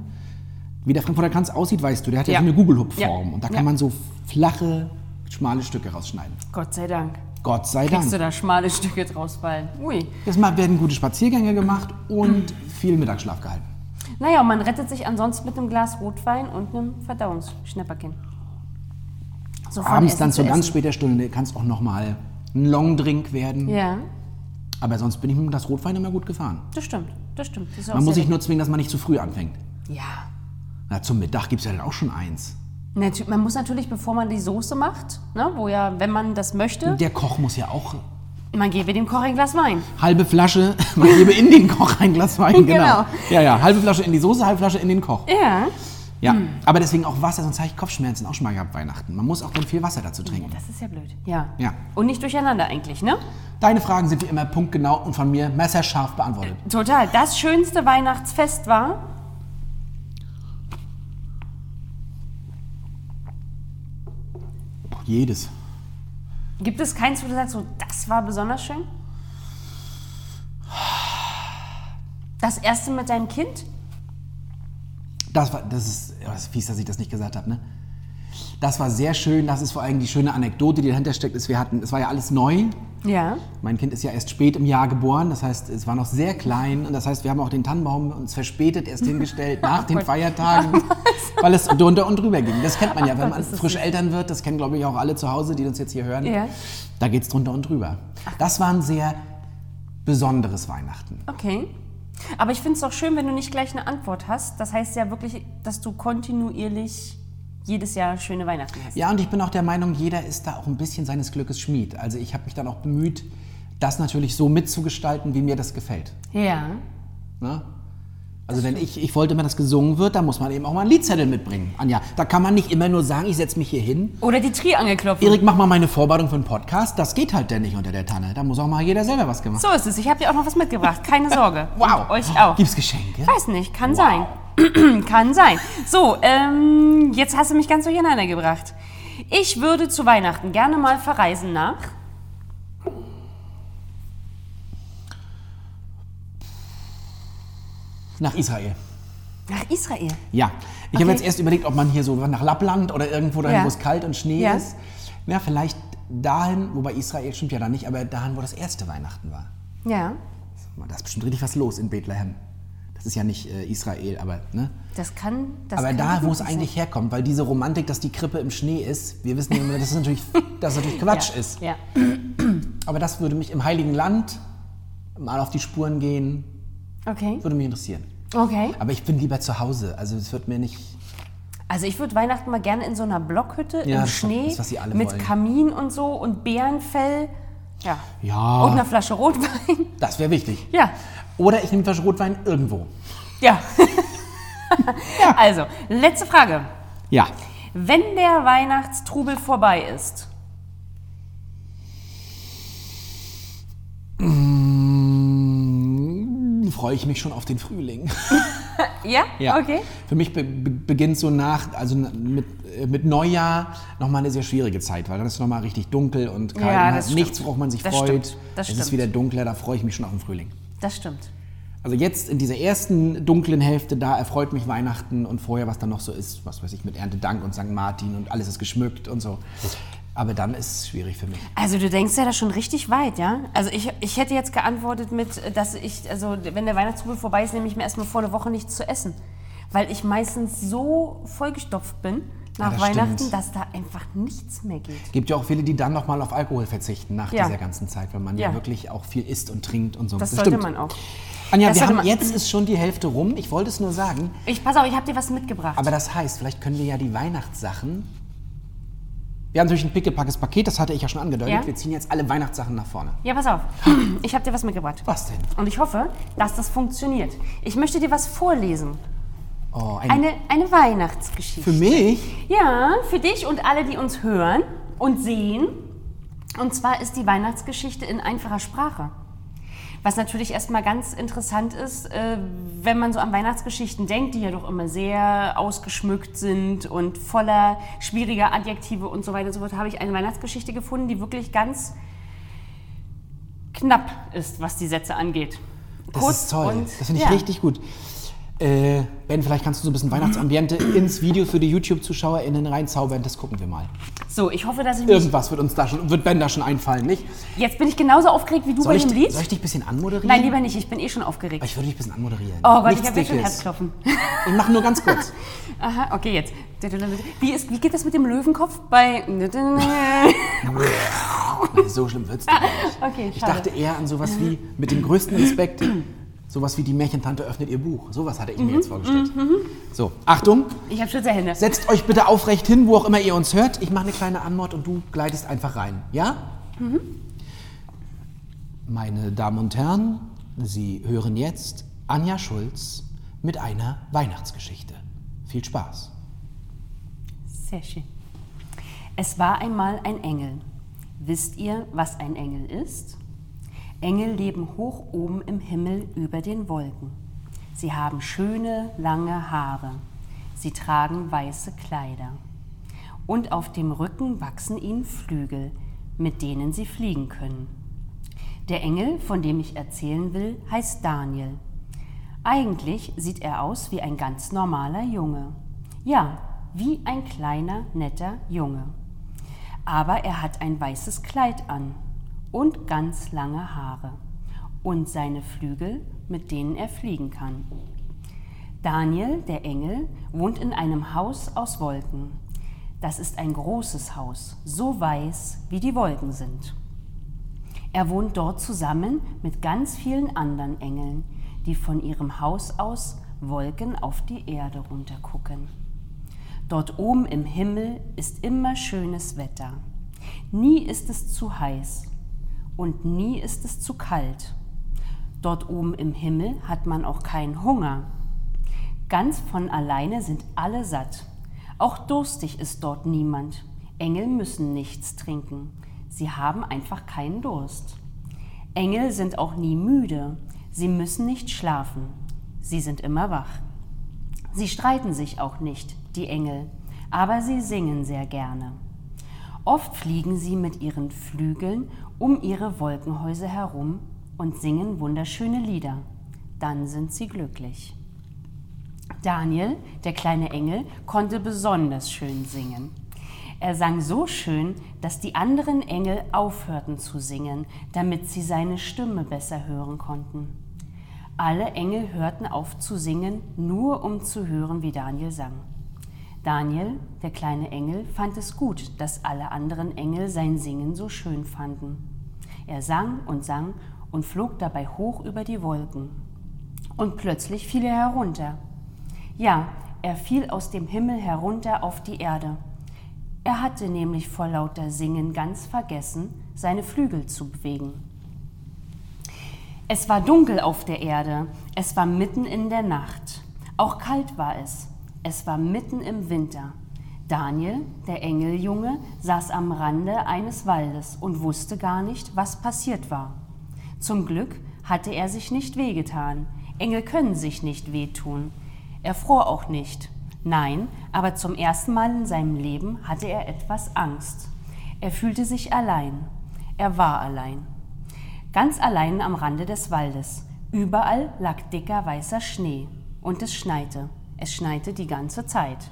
Speaker 2: Wie der Frankfurter Kranz aussieht, weißt du, der hat ja,
Speaker 3: Ja.
Speaker 2: so eine Gugelhupfform.
Speaker 3: Ja.
Speaker 2: Und da kann
Speaker 3: Ja.
Speaker 2: man so flache, schmale Stücke rausschneiden.
Speaker 3: Gott sei Dank.
Speaker 2: Gott sei
Speaker 3: Kriegst du
Speaker 2: Dank.
Speaker 3: da schmale Stücke draus, weil. Ui.
Speaker 2: Jetzt mal werden gute Spaziergänge gemacht und viel Mittagsschlaf gehalten.
Speaker 3: Naja, und man rettet sich ansonsten mit einem Glas Rotwein und einem Verdauungsschnäpperchen. So von
Speaker 2: Abends
Speaker 3: Essen
Speaker 2: dann zu
Speaker 3: zu
Speaker 2: ganz
Speaker 3: Essen.
Speaker 2: später Stunde kann es auch nochmal ein Longdrink werden.
Speaker 3: Ja,
Speaker 2: Aber sonst bin ich mit dem Glas Rotwein immer gut gefahren.
Speaker 3: das stimmt. Das stimmt. Das ist auch
Speaker 2: Man muss
Speaker 3: sehr
Speaker 2: sich nur zwingen, dass man nicht zu früh anfängt.
Speaker 3: lecker. Ja.
Speaker 2: Na, zum Mittag gibt es ja dann auch schon eins.
Speaker 3: Natu- Man muss natürlich, bevor man die Soße macht, ne, wo ja, wenn man das möchte,
Speaker 2: Der Koch muss ja auch
Speaker 3: man gebe dem Koch ein Glas Wein.
Speaker 2: halbe Flasche, man gebe in den Koch ein Glas Wein, genau.
Speaker 3: Genau.
Speaker 2: Ja, ja, halbe Flasche in die Soße, halbe Flasche in den Koch.
Speaker 3: Ja.
Speaker 2: Ja, aber deswegen auch Wasser, sonst habe ich Kopfschmerzen auch schon mal gehabt Weihnachten. Man muss auch dann viel Wasser dazu trinken.
Speaker 3: Das ist ja blöd. Ja.
Speaker 2: Ja.
Speaker 3: Und nicht durcheinander eigentlich, ne?
Speaker 2: Deine Fragen sind wie immer punktgenau und von mir messerscharf beantwortet.
Speaker 3: Total. Das schönste Weihnachtsfest war.
Speaker 2: Jedes.
Speaker 3: Gibt es keins, wo du sagst, so, das war besonders schön? Das erste mit deinem Kind?
Speaker 2: Das war, das ist, ja, das ist fies, dass ich das nicht gesagt habe, ne? Das war sehr schön, das ist vor allem die schöne Anekdote, die dahinter steckt, ist, wir hatten, es war ja alles neu.
Speaker 3: Ja.
Speaker 2: Mein Kind ist ja erst spät im Jahr geboren, das heißt, es war noch sehr klein und das heißt, wir haben auch den Tannenbaum uns verspätet erst hingestellt nach den Feiertagen, weil es drunter und drüber ging. Das kennt man ja, wenn man frisch Eltern wird, das kennen glaube ich auch alle zu Hause, die uns jetzt hier hören.
Speaker 3: Ja.
Speaker 2: Da geht's drunter und drüber. Das war ein sehr besonderes Weihnachten.
Speaker 3: Okay. Aber ich finde es auch schön, wenn du nicht gleich eine Antwort hast. Das heißt ja wirklich, dass du kontinuierlich jedes Jahr schöne Weihnachten hast.
Speaker 2: Ja, und ich bin auch der Meinung, jeder ist da auch ein bisschen seines Glückes Schmied. Also ich habe mich dann auch bemüht, das natürlich so mitzugestalten, wie mir das gefällt.
Speaker 3: Ja.
Speaker 2: Ne? Also wenn ich, ich wollte immer, dass gesungen wird, da muss man eben auch mal einen Liedzettel mitbringen, Anja. Da kann man nicht immer nur sagen, ich setze mich hier hin.
Speaker 3: Oder die Tri angeklopft.
Speaker 2: Erik, mach mal meine Vorbereitung für einen Podcast. Das geht halt denn nicht unter der Tanne. Da muss auch mal jeder selber was gemacht.
Speaker 3: So ist es. Ich habe dir auch noch was mitgebracht. Keine Sorge.
Speaker 2: Wow.
Speaker 3: Und euch auch.
Speaker 2: Gibt's Geschenke?
Speaker 3: Weiß nicht. Kann sein. kann sein. So, ähm, jetzt hast du mich ganz durcheinander gebracht. Ich würde zu Weihnachten gerne mal verreisen nach.
Speaker 2: Nach Israel.
Speaker 3: Nach Israel.
Speaker 2: Ja. Ich habe
Speaker 3: Okay.
Speaker 2: jetzt erst überlegt, ob man hier so nach Lappland oder irgendwo dahin,
Speaker 3: Ja.
Speaker 2: wo es kalt und Schnee
Speaker 3: Ja.
Speaker 2: ist. Ja, vielleicht dahin, wobei Israel stimmt ja da nicht, aber dahin, wo das erste Weihnachten war.
Speaker 3: Ja.
Speaker 2: Da ist bestimmt richtig was los in Bethlehem. Das ist ja nicht äh, Israel, aber ne?
Speaker 3: Das kann. Das
Speaker 2: Aber
Speaker 3: kann
Speaker 2: da, wo
Speaker 3: gut
Speaker 2: es
Speaker 3: sein.
Speaker 2: eigentlich herkommt, weil diese Romantik, dass die Krippe im Schnee ist, wir wissen ja immer, dass es natürlich, dass es natürlich Quatsch
Speaker 3: ja.
Speaker 2: ist.
Speaker 3: Ja.
Speaker 2: Aber das würde mich im Heiligen Land mal auf die Spuren gehen,
Speaker 3: Okay.
Speaker 2: würde mich interessieren.
Speaker 3: Okay.
Speaker 2: Aber ich bin lieber zu Hause, also es wird mir nicht.
Speaker 3: Also ich würde Weihnachten mal gerne in so einer Blockhütte
Speaker 2: Ja,
Speaker 3: im
Speaker 2: das ist doch
Speaker 3: Schnee
Speaker 2: das, was sie alle
Speaker 3: mit
Speaker 2: wollen.
Speaker 3: Kamin und so und Bärenfell. Ja.
Speaker 2: Ja.
Speaker 3: Und einer Flasche Rotwein.
Speaker 2: Das wäre wichtig.
Speaker 3: Ja.
Speaker 2: Oder ich nehme eine Flasche Rotwein irgendwo.
Speaker 3: Ja. Also, letzte Frage.
Speaker 2: Ja.
Speaker 3: Wenn der Weihnachtstrubel vorbei ist,
Speaker 2: Freue ich mich schon auf den Frühling.
Speaker 3: ja,
Speaker 2: Ja.
Speaker 3: okay.
Speaker 2: Für mich be be beginnt so nach, also na- mit, äh, mit Neujahr nochmal eine sehr schwierige Zeit, weil dann ist es nochmal richtig dunkel und kalt.
Speaker 3: Ja,
Speaker 2: und
Speaker 3: das
Speaker 2: halt nichts,
Speaker 3: stimmt.
Speaker 2: worauf man sich
Speaker 3: Das
Speaker 2: freut.
Speaker 3: stimmt. Das
Speaker 2: es ist
Speaker 3: stimmt.
Speaker 2: wieder dunkler, da freue ich mich schon auf den Frühling.
Speaker 3: Das stimmt.
Speaker 2: Also jetzt in dieser ersten dunklen Hälfte, da erfreut mich Weihnachten und vorher, was dann noch so ist, was weiß ich, mit Erntedank und St. Martin und alles ist geschmückt und so. Aber dann ist es schwierig für mich.
Speaker 3: Also du denkst ja da schon richtig weit, ja? Also ich, ich hätte jetzt geantwortet mit, dass ich, also wenn der Weihnachtsrubbel vorbei ist, nehme ich mir erstmal vor der Woche nichts zu essen. Weil ich meistens so vollgestopft bin nach
Speaker 2: das
Speaker 3: Weihnachten,
Speaker 2: stimmt.
Speaker 3: dass da einfach nichts mehr geht.
Speaker 2: Gibt ja auch viele, die dann nochmal auf Alkohol verzichten nach
Speaker 3: Ja.
Speaker 2: dieser ganzen Zeit, weil man ja.
Speaker 3: Ja.
Speaker 2: wirklich auch viel isst und trinkt und so.
Speaker 3: Das
Speaker 2: stimmt.
Speaker 3: sollte man auch.
Speaker 2: Anja,
Speaker 3: Das
Speaker 2: wir
Speaker 3: sollte
Speaker 2: haben,
Speaker 3: man-
Speaker 2: jetzt ist schon die Hälfte rum. Ich wollte es nur sagen.
Speaker 3: Ich pass auf, ich habe dir was mitgebracht.
Speaker 2: Aber das heißt, vielleicht können wir ja die Weihnachtssachen. Wir haben natürlich ein pickepackes Paket, das hatte ich ja schon angedeutet.
Speaker 3: Ja.
Speaker 2: Wir ziehen jetzt alle Weihnachtssachen nach vorne.
Speaker 3: ja, pass auf. Ich habe dir was mitgebracht.
Speaker 2: Was denn?
Speaker 3: Und ich hoffe, dass das funktioniert. Ich möchte dir was vorlesen.
Speaker 2: Oh, ein
Speaker 3: Eine, eine Weihnachtsgeschichte.
Speaker 2: für mich?
Speaker 3: Ja, für dich und alle, die uns hören und sehen. Und zwar ist die Weihnachtsgeschichte in einfacher Sprache. Was natürlich erstmal ganz interessant ist, äh, wenn man so an Weihnachtsgeschichten denkt, die ja doch immer sehr ausgeschmückt sind und voller schwieriger Adjektive und so weiter und so fort, habe ich eine Weihnachtsgeschichte gefunden, die wirklich ganz knapp ist, was die Sätze angeht.
Speaker 2: Das ist toll.
Speaker 3: und-
Speaker 2: das finde ich
Speaker 3: ja.
Speaker 2: richtig gut. Äh, ben, vielleicht kannst du so ein bisschen Weihnachtsambiente ins Video für die YouTube-ZuschauerInnen reinzaubern. Das gucken wir mal.
Speaker 3: So, ich hoffe, dass ich mich.
Speaker 2: Irgendwas wird uns da schon, wird Ben da schon einfallen, nicht?
Speaker 3: Jetzt bin ich genauso aufgeregt wie du
Speaker 2: Soll
Speaker 3: bei
Speaker 2: ich,
Speaker 3: dem Lied.
Speaker 2: soll ich dich ein bisschen anmoderieren?
Speaker 3: Nein, lieber nicht, ich bin eh schon aufgeregt.
Speaker 2: Ich würde dich ein bisschen anmoderieren.
Speaker 3: Oh Gott,
Speaker 2: Nichts
Speaker 3: ich habe jetzt schon
Speaker 2: Dickes.
Speaker 3: Herzklopfen.
Speaker 2: Ich mache nur ganz kurz.
Speaker 3: Aha, okay, jetzt. Wie, ist, wie geht das mit dem Löwenkopf bei...
Speaker 2: Nee, so schlimm wird's doch nicht.
Speaker 3: Okay,
Speaker 2: Ich
Speaker 3: schade.
Speaker 2: dachte eher an sowas wie, mit dem größten Respekt, sowas wie die Märchentante öffnet ihr Buch. Sowas hatte ich mir jetzt vorgestellt. So, Achtung,
Speaker 3: Ich habe Schützerhände.
Speaker 2: setzt euch bitte aufrecht hin, wo auch immer ihr uns hört. Ich mache eine kleine Anmod und du gleitest einfach rein, ja? Meine Damen und Herren, Sie hören jetzt Anja Schulz mit einer Weihnachtsgeschichte. Viel Spaß.
Speaker 3: Sehr schön. Es war einmal ein Engel. Wisst ihr, was ein Engel ist? Engel leben hoch oben im Himmel über den Wolken. Sie haben schöne, lange Haare. Sie tragen weiße Kleider. Und auf dem Rücken wachsen ihnen Flügel, mit denen sie fliegen können. Der Engel, von dem ich erzählen will, heißt Daniel. Eigentlich sieht er aus wie ein ganz normaler Junge. Ja, wie ein kleiner, netter Junge. Aber er hat ein weißes Kleid an und ganz lange Haare und seine Flügel, mit denen er fliegen kann. Daniel, der Engel, wohnt in einem Haus aus Wolken. Das ist ein großes Haus, so weiß wie die Wolken sind. Er wohnt dort zusammen mit ganz vielen anderen Engeln, die von ihrem Haus aus Wolken auf die Erde runtergucken. Dort oben im Himmel ist immer schönes Wetter. Nie ist es zu heiß und nie ist es zu kalt. Dort oben im Himmel hat man auch keinen Hunger. Ganz von alleine sind alle satt. Auch durstig ist dort niemand. Engel müssen nichts trinken. Sie haben einfach keinen Durst. Engel sind auch nie müde. Sie müssen nicht schlafen. Sie sind immer wach. Sie streiten sich auch nicht, die Engel, aber sie singen sehr gerne. Oft fliegen sie mit ihren Flügeln um ihre Wolkenhäuser herum und singen wunderschöne Lieder. Dann sind sie glücklich. Daniel, der kleine Engel, konnte besonders schön singen. Er sang so schön, dass die anderen Engel aufhörten zu singen, damit sie seine Stimme besser hören konnten. Alle Engel hörten auf zu singen, nur um zu hören, wie Daniel sang. Daniel, der kleine Engel, fand es gut, dass alle anderen Engel sein Singen so schön fanden. Er sang und sang und flog dabei hoch über die Wolken. Und plötzlich fiel er herunter. Ja, er fiel aus dem Himmel herunter auf die Erde. Er hatte nämlich vor lauter Singen ganz vergessen, seine Flügel zu bewegen. Es war dunkel auf der Erde. Es war mitten in der Nacht. Auch kalt war es. Es war mitten im Winter. Daniel, der Engeljunge, saß am Rande eines Waldes und wusste gar nicht, was passiert war. Zum Glück hatte er sich nicht wehgetan. Engel können sich nicht wehtun. Er fror auch nicht. Nein, aber zum ersten Mal in seinem Leben hatte er etwas Angst. Er fühlte sich allein. Er war allein. Ganz allein am Rande des Waldes. Überall lag dicker weißer Schnee. Und es schneite. Es schneite die ganze Zeit.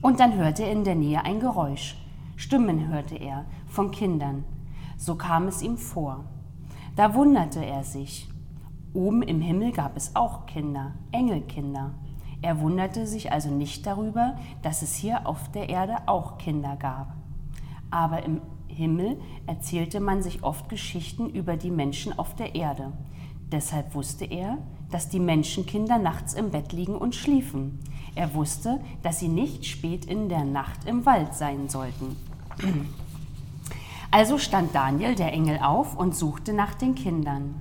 Speaker 3: Und dann hörte er in der Nähe ein Geräusch. Stimmen hörte er von Kindern. So kam es ihm vor. Da wunderte er sich. Oben im Himmel gab es auch Kinder, Engelkinder. Er wunderte sich also nicht darüber, dass es hier auf der Erde auch Kinder gab. Aber im Himmel erzählte man sich oft Geschichten über die Menschen auf der Erde. Deshalb wusste er, dass die Menschenkinder nachts im Bett liegen und schliefen. Er wusste, dass sie nicht spät in der Nacht im Wald sein sollten. Also stand Daniel, der Engel, auf und suchte nach den Kindern.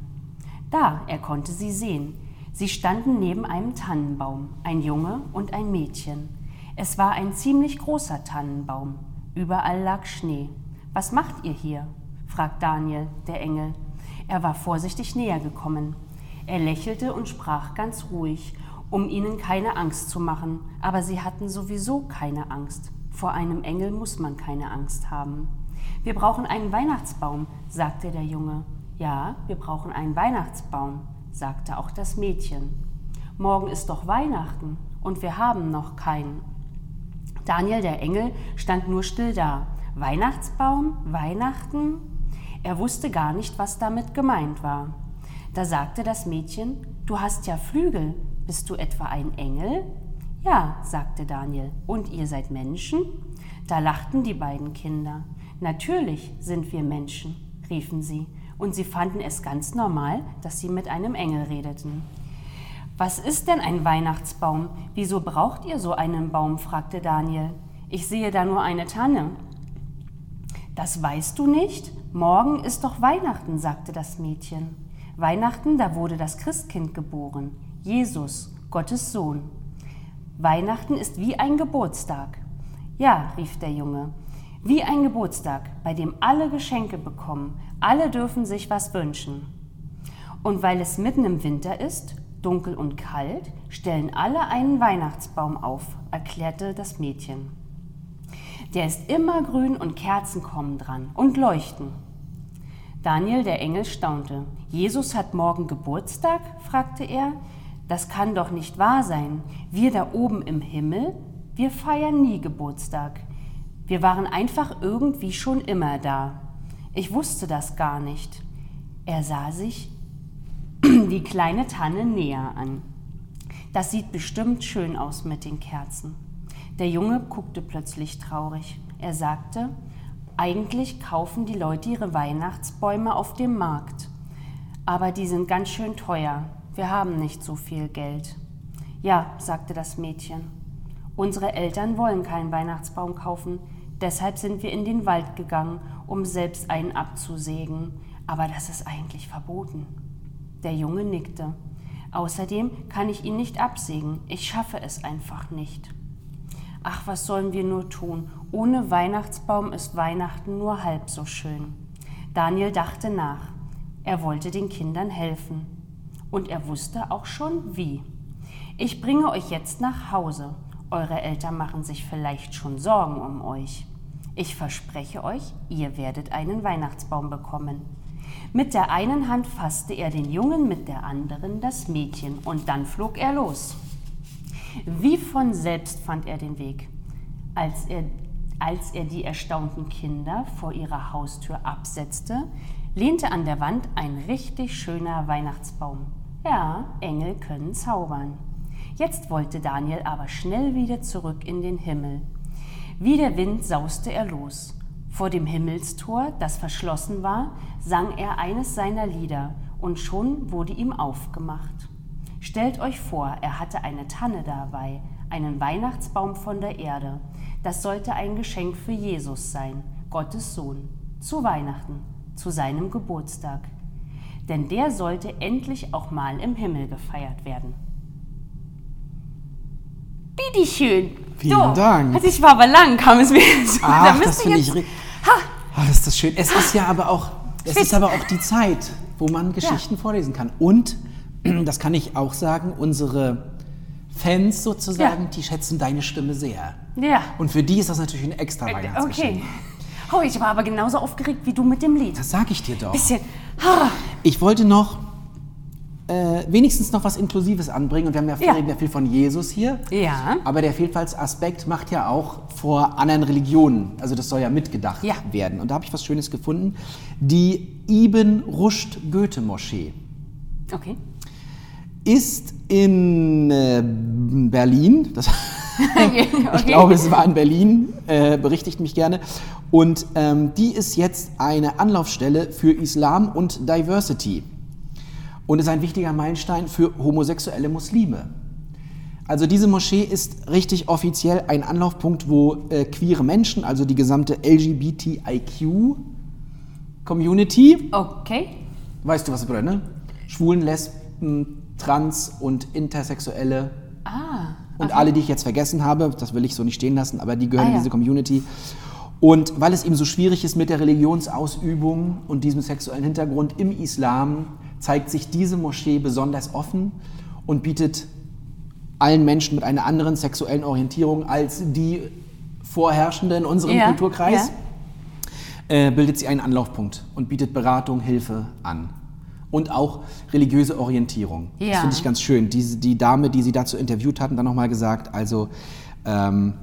Speaker 3: Da, er konnte sie sehen. Sie standen neben einem Tannenbaum, ein Junge und ein Mädchen. Es war ein ziemlich großer Tannenbaum. Überall lag Schnee. Was macht ihr hier? fragt Daniel, der Engel. Er war vorsichtig näher gekommen. Er lächelte und sprach ganz ruhig, um ihnen keine Angst zu machen, aber sie hatten sowieso keine Angst. Vor einem Engel muss man keine Angst haben. Wir brauchen einen Weihnachtsbaum, sagte der Junge. Ja, wir brauchen einen Weihnachtsbaum, sagte auch das Mädchen. Morgen ist doch Weihnachten und wir haben noch keinen. Daniel der Engel stand nur still da. Weihnachtsbaum? Weihnachten? Er wusste gar nicht, was damit gemeint war. Da sagte das Mädchen, du hast ja Flügel, bist du etwa ein Engel? Ja, sagte Daniel, und ihr seid Menschen? Da lachten die beiden Kinder. Natürlich sind wir Menschen, riefen sie, und sie fanden es ganz normal, dass sie mit einem Engel redeten. Was ist denn ein Weihnachtsbaum? Wieso braucht ihr so einen Baum? fragte Daniel. Ich sehe da nur eine Tanne. Das weißt du nicht? Morgen ist doch Weihnachten, sagte das Mädchen. Weihnachten, da wurde das Christkind geboren, Jesus, Gottes Sohn. Weihnachten ist wie ein Geburtstag. Ja, rief der Junge, wie ein Geburtstag, bei dem alle Geschenke bekommen, alle dürfen sich was wünschen. Und weil es mitten im Winter ist, dunkel und kalt, stellen alle einen Weihnachtsbaum auf, erklärte das Mädchen. Der ist immer grün und Kerzen kommen dran und leuchten. Daniel der Engel staunte. Jesus hat morgen Geburtstag? fragte er. Das kann doch nicht wahr sein. Wir da oben im Himmel, wir feiern nie Geburtstag. Wir waren einfach irgendwie schon immer da. Ich wusste das gar nicht. Er sah sich die kleine Tanne näher an. Das sieht bestimmt schön aus mit den Kerzen. Der Junge guckte plötzlich traurig. Er sagte, eigentlich kaufen die Leute ihre Weihnachtsbäume auf dem Markt. Aber die sind ganz schön teuer. Wir haben nicht so viel Geld. Ja, sagte das Mädchen. Unsere Eltern wollen keinen Weihnachtsbaum kaufen. Deshalb sind wir in den Wald gegangen, um selbst einen abzusägen. Aber das ist eigentlich verboten. Der Junge nickte. Außerdem kann ich ihn nicht absägen. Ich schaffe es einfach nicht. Ach, was sollen wir nur tun? Ohne Weihnachtsbaum ist Weihnachten nur halb so schön. Daniel dachte nach. Er wollte den Kindern helfen. Und er wusste auch schon wie. Ich bringe euch jetzt nach Hause. Eure Eltern machen sich vielleicht schon Sorgen um euch. Ich verspreche euch, ihr werdet einen Weihnachtsbaum bekommen. Mit der einen Hand fasste er den Jungen, mit der anderen das Mädchen und dann flog er los. Wie von selbst fand er den Weg. Als er, als er die erstaunten Kinder vor ihrer Haustür absetzte, lehnte an der Wand ein richtig schöner Weihnachtsbaum. Ja, Engel können zaubern. Jetzt wollte Daniel aber schnell wieder zurück in den Himmel. Wie der Wind sauste er los. Vor dem Himmelstor, das verschlossen war, sang er eines seiner Lieder und schon wurde ihm aufgemacht. Stellt euch vor, er hatte eine Tanne dabei, einen Weihnachtsbaum von der Erde. Das sollte ein Geschenk für Jesus sein, Gottes Sohn, zu Weihnachten, zu seinem Geburtstag. Denn der sollte endlich auch mal im Himmel gefeiert werden. Bitteschön,
Speaker 2: Vielen Dank.
Speaker 3: Also ich war aber lang, kam es mir so.
Speaker 2: Ach, das
Speaker 3: müsste
Speaker 2: finde ich
Speaker 3: jetzt-
Speaker 2: ri- Ach, ist Ah, das schön. Es ist ja aber auch, es ist aber auch die Zeit, wo man Geschichten vorlesen kann. Und, das kann ich auch sagen, unsere Fans sozusagen,
Speaker 3: Ja.
Speaker 2: die schätzen deine Stimme sehr.
Speaker 3: Ja. Äh,
Speaker 2: Und für die ist das natürlich ein extra Weihnachtsgeschenk.
Speaker 3: Okay. Oh, ich war aber genauso aufgeregt wie du mit dem Lied.
Speaker 2: Das sage ich dir doch.
Speaker 3: Bisschen. Ha.
Speaker 2: Ich wollte noch äh, wenigstens noch was Inklusives anbringen. Und wir haben ja,
Speaker 3: Ja.
Speaker 2: reden ja viel von Jesus hier.
Speaker 3: Ja.
Speaker 2: Aber der Vielfaltsaspekt macht ja auch vor anderen Religionen, also das soll ja mitgedacht
Speaker 3: Ja.
Speaker 2: werden. Und da habe ich was Schönes gefunden. Die Ibn Rushd Goethe-Moschee
Speaker 3: Okay.
Speaker 2: ist in äh, Berlin, das,
Speaker 3: okay.
Speaker 2: ich glaube, es war in Berlin, äh, berichtigt mich gerne. Und ähm, die ist jetzt eine Anlaufstelle für Islam und Diversity und ist ein wichtiger Meilenstein für homosexuelle Muslime. Also diese Moschee ist richtig offiziell ein Anlaufpunkt, wo äh, queere Menschen, also die gesamte LGBTIQ-Community,
Speaker 3: Okay.
Speaker 2: weißt du was, Bruder, ne? Schwulen, Lesben, Trans und Intersexuelle
Speaker 3: Ah.
Speaker 2: und alle, die ich jetzt vergessen habe, das will ich so nicht stehen lassen, aber die gehören
Speaker 3: Ah,
Speaker 2: in
Speaker 3: ja.
Speaker 2: diese Community. Und weil es eben so schwierig ist mit der Religionsausübung und diesem sexuellen Hintergrund im Islam, zeigt sich diese Moschee besonders offen und bietet allen Menschen mit einer anderen sexuellen Orientierung als die vorherrschende in unserem
Speaker 3: Ja,
Speaker 2: Kulturkreis, äh, bildet sie einen Anlaufpunkt und bietet Beratung, Hilfe an. Und auch religiöse Orientierung. Das
Speaker 3: Ja.
Speaker 2: finde ich ganz schön. Die, die Dame, die sie dazu interviewt hatten, dann nochmal gesagt, also ähm,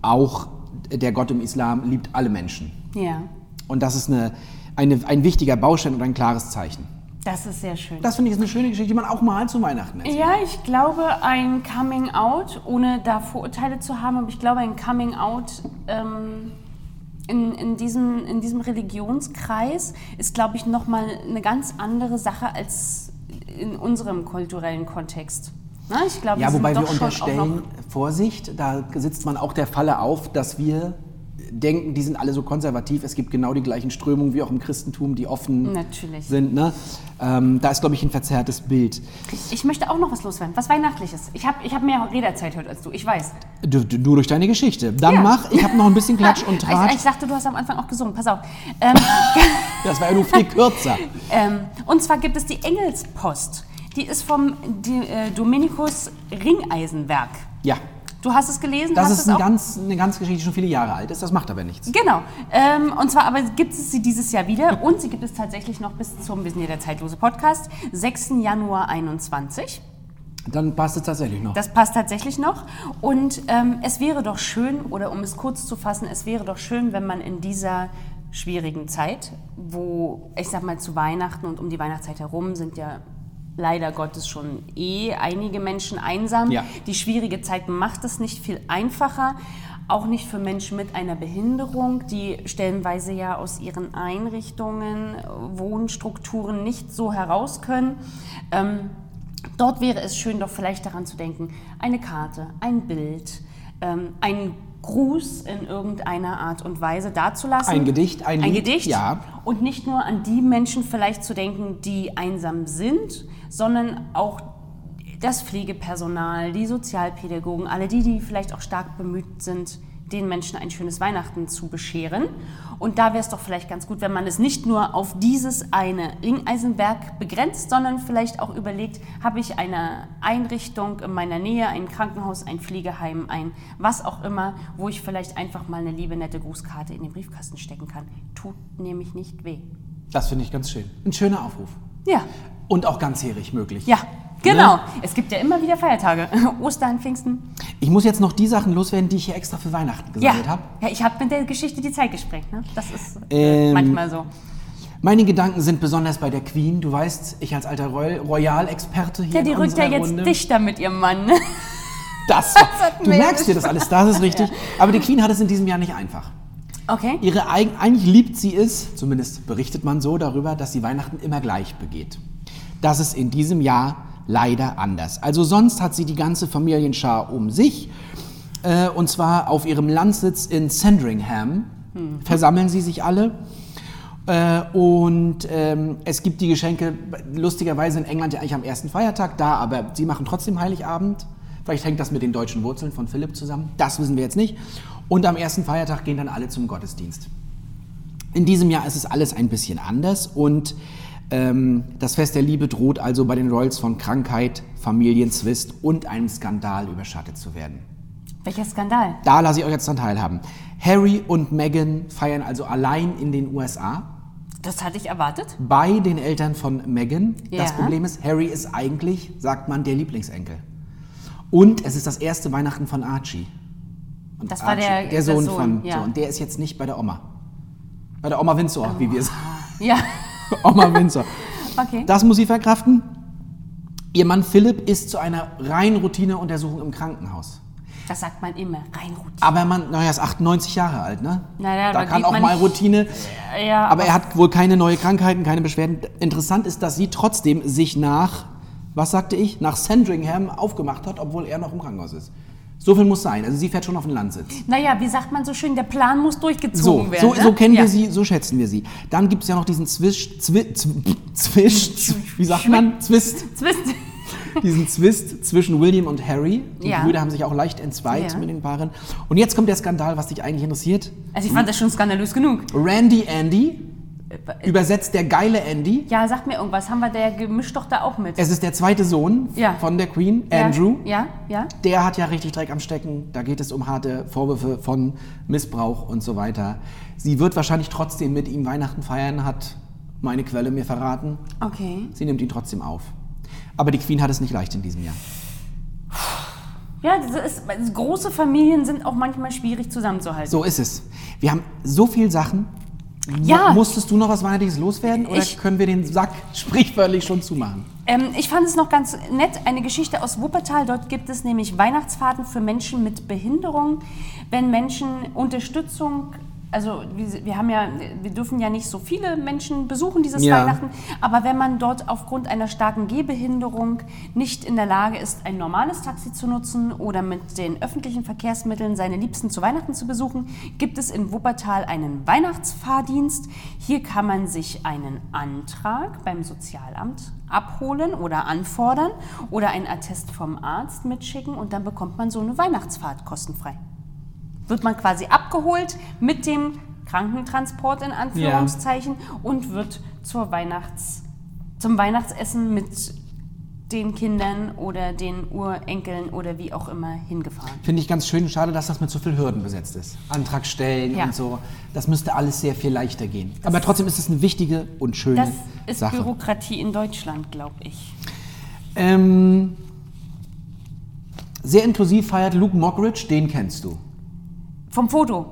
Speaker 2: auch der Gott im Islam liebt alle Menschen.
Speaker 3: Ja.
Speaker 2: Und das ist eine, eine, ein wichtiger Baustein und ein klares Zeichen.
Speaker 3: Das ist sehr schön.
Speaker 2: Das finde ich ist eine schöne Geschichte, die man auch mal zu Weihnachten erzählt.
Speaker 3: Ja, ich glaube, ein Coming Out, ohne da Vorurteile zu haben, aber ich glaube, ein Coming Out ähm, in, in, diesem, in diesem Religionskreis ist, glaube ich, nochmal eine ganz andere Sache als in unserem kulturellen Kontext. Na, ich glaube,
Speaker 2: Ja,
Speaker 3: sind
Speaker 2: wobei
Speaker 3: doch
Speaker 2: wir
Speaker 3: schon auch noch-
Speaker 2: unterstellen, Vorsicht, da sitzt man auch der Falle auf, dass wir denken, die sind alle so konservativ. Es gibt genau die gleichen Strömungen wie auch im Christentum, die offen
Speaker 3: Natürlich.
Speaker 2: sind. Ne? Ähm, da ist, glaube ich, ein verzerrtes Bild.
Speaker 3: Ich möchte auch noch was loswerden, was Weihnachtliches. Ich habe ich hab mehr Rederzeit heute als du, ich weiß.
Speaker 2: Du, du, nur durch deine Geschichte. Dann
Speaker 3: Ja.
Speaker 2: mach, ich habe noch ein bisschen Klatsch und
Speaker 3: Ich, ich
Speaker 2: Tratsch.
Speaker 3: dachte, du hast am Anfang auch gesungen, pass auf. Ähm,
Speaker 2: Das war ja nur viel kürzer.
Speaker 3: Ähm, und zwar gibt es die Engelspost. Die ist vom Di äh, Dominikus Ringeisenwerk.
Speaker 2: Ja,
Speaker 3: Du hast es gelesen?
Speaker 2: das
Speaker 3: hast
Speaker 2: ist
Speaker 3: es
Speaker 2: ein
Speaker 3: auch-
Speaker 2: ganz, eine ganz Geschichte, die schon viele Jahre alt ist. Das macht aber nichts.
Speaker 3: Genau. Ähm, und zwar aber gibt es sie dieses Jahr wieder und sie gibt es tatsächlich noch bis zum, wir sind ja der zeitlose Podcast, 6. Januar 21.
Speaker 2: Dann passt es tatsächlich noch.
Speaker 3: Das passt tatsächlich noch. Und ähm, es wäre doch schön, oder um es kurz zu fassen, es wäre doch schön, wenn man in dieser schwierigen Zeit, wo ich sag mal zu Weihnachten und um die Weihnachtszeit herum sind ja leider Gottes schon eh einige Menschen einsam.
Speaker 2: Ja.
Speaker 3: Die schwierige Zeit macht es nicht viel einfacher. Auch nicht für Menschen mit einer Behinderung, die stellenweise ja aus ihren Einrichtungen, Wohnstrukturen nicht so heraus können. Ähm, Dort wäre es schön, doch vielleicht daran zu denken, eine Karte, ein Bild, ähm, einen Gruß in irgendeiner Art und Weise dazulassen.
Speaker 2: Ein Gedicht, ein Lied,
Speaker 3: Gedicht.
Speaker 2: ja.
Speaker 3: Und nicht nur an die Menschen vielleicht zu denken, die einsam sind, sondern auch das Pflegepersonal, die Sozialpädagogen, alle die, die vielleicht auch stark bemüht sind, den Menschen ein schönes Weihnachten zu bescheren. Und da wäre es doch vielleicht ganz gut, wenn man es nicht nur auf dieses eine Ringeisenwerk begrenzt, sondern vielleicht auch überlegt, habe ich eine Einrichtung in meiner Nähe, ein Krankenhaus, ein Pflegeheim, ein was auch immer, wo ich vielleicht einfach mal eine liebe, nette Grußkarte in den Briefkasten stecken kann. Tut nämlich nicht weh.
Speaker 2: Das finde ich ganz schön. Ein schöner Aufruf.
Speaker 3: Ja,
Speaker 2: Und auch ganzjährig möglich.
Speaker 3: ja, genau.
Speaker 2: Ne?
Speaker 3: Es gibt ja immer wieder Feiertage. Ostern, Pfingsten.
Speaker 2: Ich muss jetzt noch die Sachen loswerden, die ich hier extra für Weihnachten
Speaker 3: Ja.
Speaker 2: gesammelt habe.
Speaker 3: ja, ich habe mit der Geschichte die Zeit gesprengt. Ne? Das ist
Speaker 2: Ähm,
Speaker 3: äh, manchmal so.
Speaker 2: Meine Gedanken sind besonders bei der Queen. Du weißt, ich als alter Roy Royal-Experte hier
Speaker 3: Ja, die
Speaker 2: in
Speaker 3: rückt ja
Speaker 2: unserer
Speaker 3: jetzt
Speaker 2: Runde.
Speaker 3: dichter mit ihrem Mann. Ne?
Speaker 2: Das war,
Speaker 3: hat
Speaker 2: du
Speaker 3: mir
Speaker 2: merkst dir das alles, das ist richtig. Aber die Queen hat es in diesem Jahr nicht einfach.
Speaker 3: Okay.
Speaker 2: Ihre eigen, eigentlich liebt sie es, zumindest berichtet man so darüber, dass sie Weihnachten immer gleich begeht. Das ist in diesem Jahr leider anders. Also sonst hat sie die ganze Familienschar um sich. Äh, und zwar auf ihrem Landsitz in Sandringham
Speaker 3: Hm.
Speaker 2: versammeln sie sich alle. Äh, und ähm, es gibt die Geschenke, lustigerweise in England ja eigentlich am ersten Feiertag da, aber sie machen trotzdem Heiligabend. Vielleicht hängt das mit den deutschen Wurzeln von Philipp zusammen. Das wissen wir jetzt nicht. Und am ersten Feiertag gehen dann alle zum Gottesdienst. In diesem Jahr ist es alles ein bisschen anders und ähm, das Fest der Liebe droht also bei den Royals von Krankheit, Familienzwist und einem Skandal überschattet zu werden.
Speaker 3: Welcher Skandal?
Speaker 2: Da lasse ich euch jetzt dran teilhaben. Harry und Meghan feiern also allein in den USA
Speaker 3: Das hatte ich erwartet.
Speaker 2: bei den Eltern von Meghan. Das
Speaker 3: Ja.
Speaker 2: Problem ist, Harry ist eigentlich, sagt man, der Lieblingsenkel. Und es ist das erste Weihnachten von Archie. Und
Speaker 3: Das war der- der
Speaker 2: Sohn,
Speaker 3: Sohn,
Speaker 2: von.
Speaker 3: ja.
Speaker 2: So, und der ist jetzt nicht bei der Oma. Bei der Oma Windsor,
Speaker 3: Oh.
Speaker 2: wie wir es.
Speaker 3: Ja,
Speaker 2: Oma Windsor.
Speaker 3: okay.
Speaker 2: Das muss sie verkraften. Ihr Mann Philipp ist zu einer reinen Routineuntersuchung im Krankenhaus.
Speaker 3: Das sagt man immer. Rein Routine.
Speaker 2: Aber man, naja, ist 98 Jahre alt, ne?
Speaker 3: Naja,
Speaker 2: da
Speaker 3: aber
Speaker 2: kann
Speaker 3: geht
Speaker 2: auch
Speaker 3: man
Speaker 2: mal
Speaker 3: nicht-
Speaker 2: Routine.
Speaker 3: Ja,
Speaker 2: Aber er hat wohl keine neue Krankheiten, keine Beschwerden. Interessant ist, dass sie trotzdem sich nach, was sagte ich, nach Sandringham aufgemacht hat, obwohl er noch im Krankenhaus ist. So viel muss sein. Also sie fährt schon auf den Landsitz.
Speaker 3: Naja, wie sagt man so schön, der Plan muss durchgezogen
Speaker 2: So,
Speaker 3: werden.
Speaker 2: so,
Speaker 3: ne?
Speaker 2: so kennen
Speaker 3: ja.
Speaker 2: wir sie, so schätzen wir sie. Dann gibt es ja noch diesen Zwisch, Zwi, Zwi, Zwisch, wie sagt man? Zwist.
Speaker 3: Zwist.
Speaker 2: diesen Zwist zwischen William und Harry. Die
Speaker 3: Ja.
Speaker 2: Brüder haben sich auch leicht entzweit
Speaker 3: Ja.
Speaker 2: mit den Paaren. Und jetzt kommt der Skandal, was dich eigentlich interessiert.
Speaker 3: Also ich fand das schon skandalös genug.
Speaker 2: Randy Andy,
Speaker 3: Äh,
Speaker 2: übersetzt der geile Andy.
Speaker 3: Ja, sag mir irgendwas. Haben wir der gemischt doch da auch mit?
Speaker 2: Es ist der zweite Sohn
Speaker 3: Ja.
Speaker 2: von der Queen, Andrew.
Speaker 3: Ja, ja. ja.
Speaker 2: Der hat ja richtig Dreck am Stecken. Da geht es um harte Vorwürfe von Missbrauch und so weiter. Sie wird wahrscheinlich trotzdem mit ihm Weihnachten feiern, hat meine Quelle mir verraten.
Speaker 3: Okay.
Speaker 2: Sie nimmt ihn trotzdem auf. Aber die Queen hat es nicht leicht in diesem Jahr.
Speaker 3: Ja, das ist, das- große Familien sind auch manchmal schwierig zusammenzuhalten.
Speaker 2: So ist es. Wir haben so viel Sachen.
Speaker 3: Ja.
Speaker 2: Mu- Musstest du noch was Weihnachtliches loswerden oder
Speaker 3: Ich-
Speaker 2: können wir den Sack sprichwörtlich schon zumachen?
Speaker 3: Ähm, ich fand es noch ganz nett, eine Geschichte aus Wuppertal. Dort gibt es nämlich Weihnachtsfahrten für Menschen mit Behinderung. Wenn Menschen Unterstützung, also wir, wir haben ja, wir dürfen ja nicht so viele Menschen besuchen dieses
Speaker 2: Ja.
Speaker 3: Weihnachten, aber wenn man dort aufgrund einer starken Gehbehinderung nicht in der Lage ist, ein normales Taxi zu nutzen oder mit den öffentlichen Verkehrsmitteln seine Liebsten zu Weihnachten zu besuchen, gibt es in Wuppertal einen Weihnachtsfahrdienst. Hier kann man sich einen Antrag beim Sozialamt abholen oder anfordern oder ein Attest vom Arzt mitschicken und dann bekommt man so eine Weihnachtsfahrt kostenfrei. Wird man quasi abgeholt mit dem Krankentransport in Anführungszeichen und wird zur Weihnachts, zum Weihnachtsessen mit den Kindern oder den Urenkeln oder wie auch immer hingefahren.
Speaker 2: Finde ich ganz schön. Schade, dass das mit so viel Hürden besetzt ist. Antrag stellen
Speaker 3: Ja.
Speaker 2: und so. Das müsste alles sehr viel leichter gehen. Aber trotzdem ist es eine wichtige und schöne
Speaker 3: Das ist
Speaker 2: Sache.
Speaker 3: Bürokratie in Deutschland, glaube ich.
Speaker 2: Ähm, sehr inklusiv feiert Luke Mockridge. Den kennst du.
Speaker 3: Vom Foto,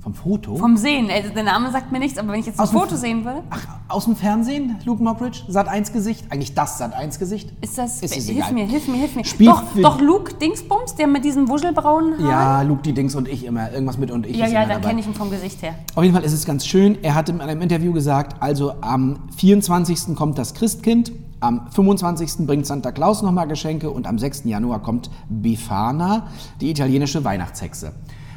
Speaker 2: Vom Foto?
Speaker 3: vom Sehen. Also der Name sagt mir nichts, aber wenn ich jetzt ein
Speaker 2: Aus dem
Speaker 3: Foto
Speaker 2: F-
Speaker 3: sehen würde,
Speaker 2: Ach, aus dem Fernsehen? Luke Mockridge? Sat1-Gesicht? Eigentlich das Sat1-Gesicht?
Speaker 3: ist das.
Speaker 2: Ist es
Speaker 3: hilf
Speaker 2: egal.
Speaker 3: mir, hilf mir, hilf mir.
Speaker 2: Spielt
Speaker 3: doch,
Speaker 2: für-
Speaker 3: doch Luke Dingsbums, der mit diesen wuschelbraunen Haaren.
Speaker 2: Ja, Luke, die Dings und ich immer. Irgendwas mit und ich.
Speaker 3: ja,
Speaker 2: ist
Speaker 3: ja
Speaker 2: immer
Speaker 3: da
Speaker 2: dabei.
Speaker 3: kenne ich ihn vom Gesicht her.
Speaker 2: Auf jeden Fall ist es ganz schön. Er hat in einem Interview gesagt, also am 24. kommt das Christkind, am 25. bringt Santa Claus nochmal Geschenke und am 6. Januar kommt Befana, die italienische Weihnachtshexe.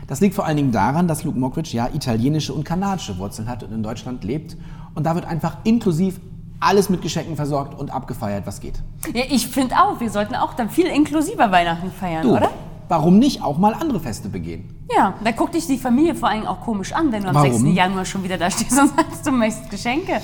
Speaker 2: Das liegt vor allen Dingen daran, dass Luke Mockridge ja italienische und kanadische Wurzeln hat und in Deutschland lebt. Und da wird einfach inklusiv alles mit Geschenken versorgt und abgefeiert, was geht.
Speaker 3: Ja, ich finde auch, wir sollten auch dann viel inklusiver Weihnachten feiern,
Speaker 2: Du,
Speaker 3: oder?
Speaker 2: warum nicht auch mal andere Feste begehen?
Speaker 3: Ja, da guckt dich die Familie vor allem auch komisch an, wenn du am
Speaker 2: Warum?
Speaker 3: 6. Januar schon wieder da stehst und sagst, du möchtest Geschenke.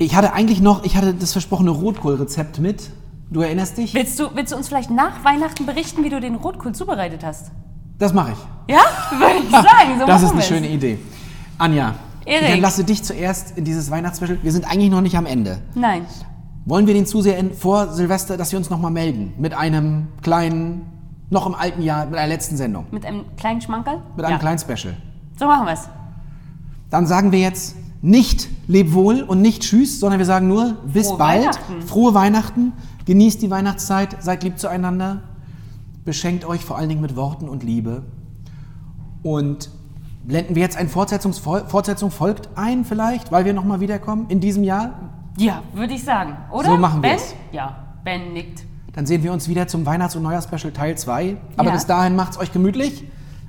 Speaker 2: Ich hatte eigentlich noch, ich hatte das versprochene Rotkohlrezept mit. Du erinnerst dich?
Speaker 3: Willst du, willst du uns vielleicht nach Weihnachten berichten, wie du den Rotkohl zubereitet hast?
Speaker 2: Das mache ich.
Speaker 3: Ja, würde ich sagen. So
Speaker 2: das
Speaker 3: machen
Speaker 2: ist eine
Speaker 3: wir's.
Speaker 2: schöne Idee. Anja,
Speaker 3: Erik.
Speaker 2: ich entlasse dich zuerst in dieses Weihnachtsspecial. Wir sind eigentlich noch nicht am Ende.
Speaker 3: Nein.
Speaker 2: Wollen wir den Zusehern vor Silvester, dass wir uns nochmal melden? Mit einem kleinen, noch im alten Jahr, mit einer letzten Sendung.
Speaker 3: Mit einem kleinen Schmankerl?
Speaker 2: Mit einem
Speaker 3: ja.
Speaker 2: kleinen Special.
Speaker 3: So machen wir es.
Speaker 2: Dann sagen wir jetzt nicht leb wohl und nicht tschüss, sondern wir sagen nur bis
Speaker 3: Frohe
Speaker 2: bald.
Speaker 3: Weihnachten.
Speaker 2: Frohe Weihnachten. Genießt die Weihnachtszeit, seid lieb zueinander. Beschenkt euch vor allen Dingen mit Worten und Liebe. Und blenden wir jetzt ein Fortsetzungsfol Fortsetzung folgt ein vielleicht, weil wir nochmal wiederkommen in diesem Jahr.
Speaker 3: Ja, würde ich sagen. Oder?
Speaker 2: So machen
Speaker 3: ben?
Speaker 2: wir's.
Speaker 3: Ja, Ben nickt.
Speaker 2: Dann sehen wir uns wieder zum Weihnachts- und Neujahrspecial Teil 2. Aber
Speaker 3: Ja.
Speaker 2: bis dahin macht's euch gemütlich.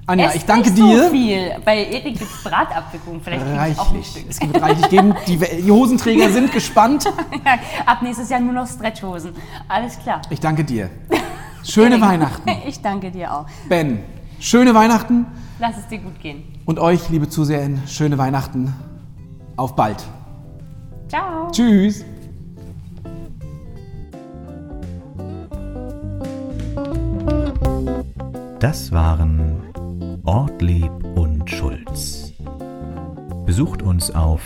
Speaker 2: Anja,
Speaker 3: Esst
Speaker 2: ich danke
Speaker 3: nicht
Speaker 2: dir.
Speaker 3: So viel. Bei Erik gibt es Bratapfelkuchen. Vielleicht krieg ich auch ein
Speaker 2: Reichlich.
Speaker 3: Stück.
Speaker 2: Es wird reichlich geben. Die, We- die Hosenträger sind gespannt.
Speaker 3: Ab nächstes Jahr nur noch Stretchhosen. Alles klar.
Speaker 2: Ich danke dir. Schöne Weihnachten.
Speaker 3: Ich danke dir auch.
Speaker 2: Ben, schöne Weihnachten
Speaker 3: Lass es dir gut gehen.
Speaker 2: und euch, liebe Zuseherin, schöne Weihnachten. Auf bald.
Speaker 3: Ciao.
Speaker 2: Tschüss.
Speaker 1: Das waren Ortlieb und Schulz. Besucht uns auf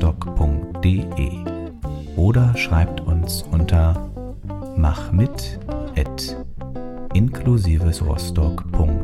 Speaker 1: www.inklusivesrostock.de oder schreibt uns unter machmit@inklusivesrostock.de.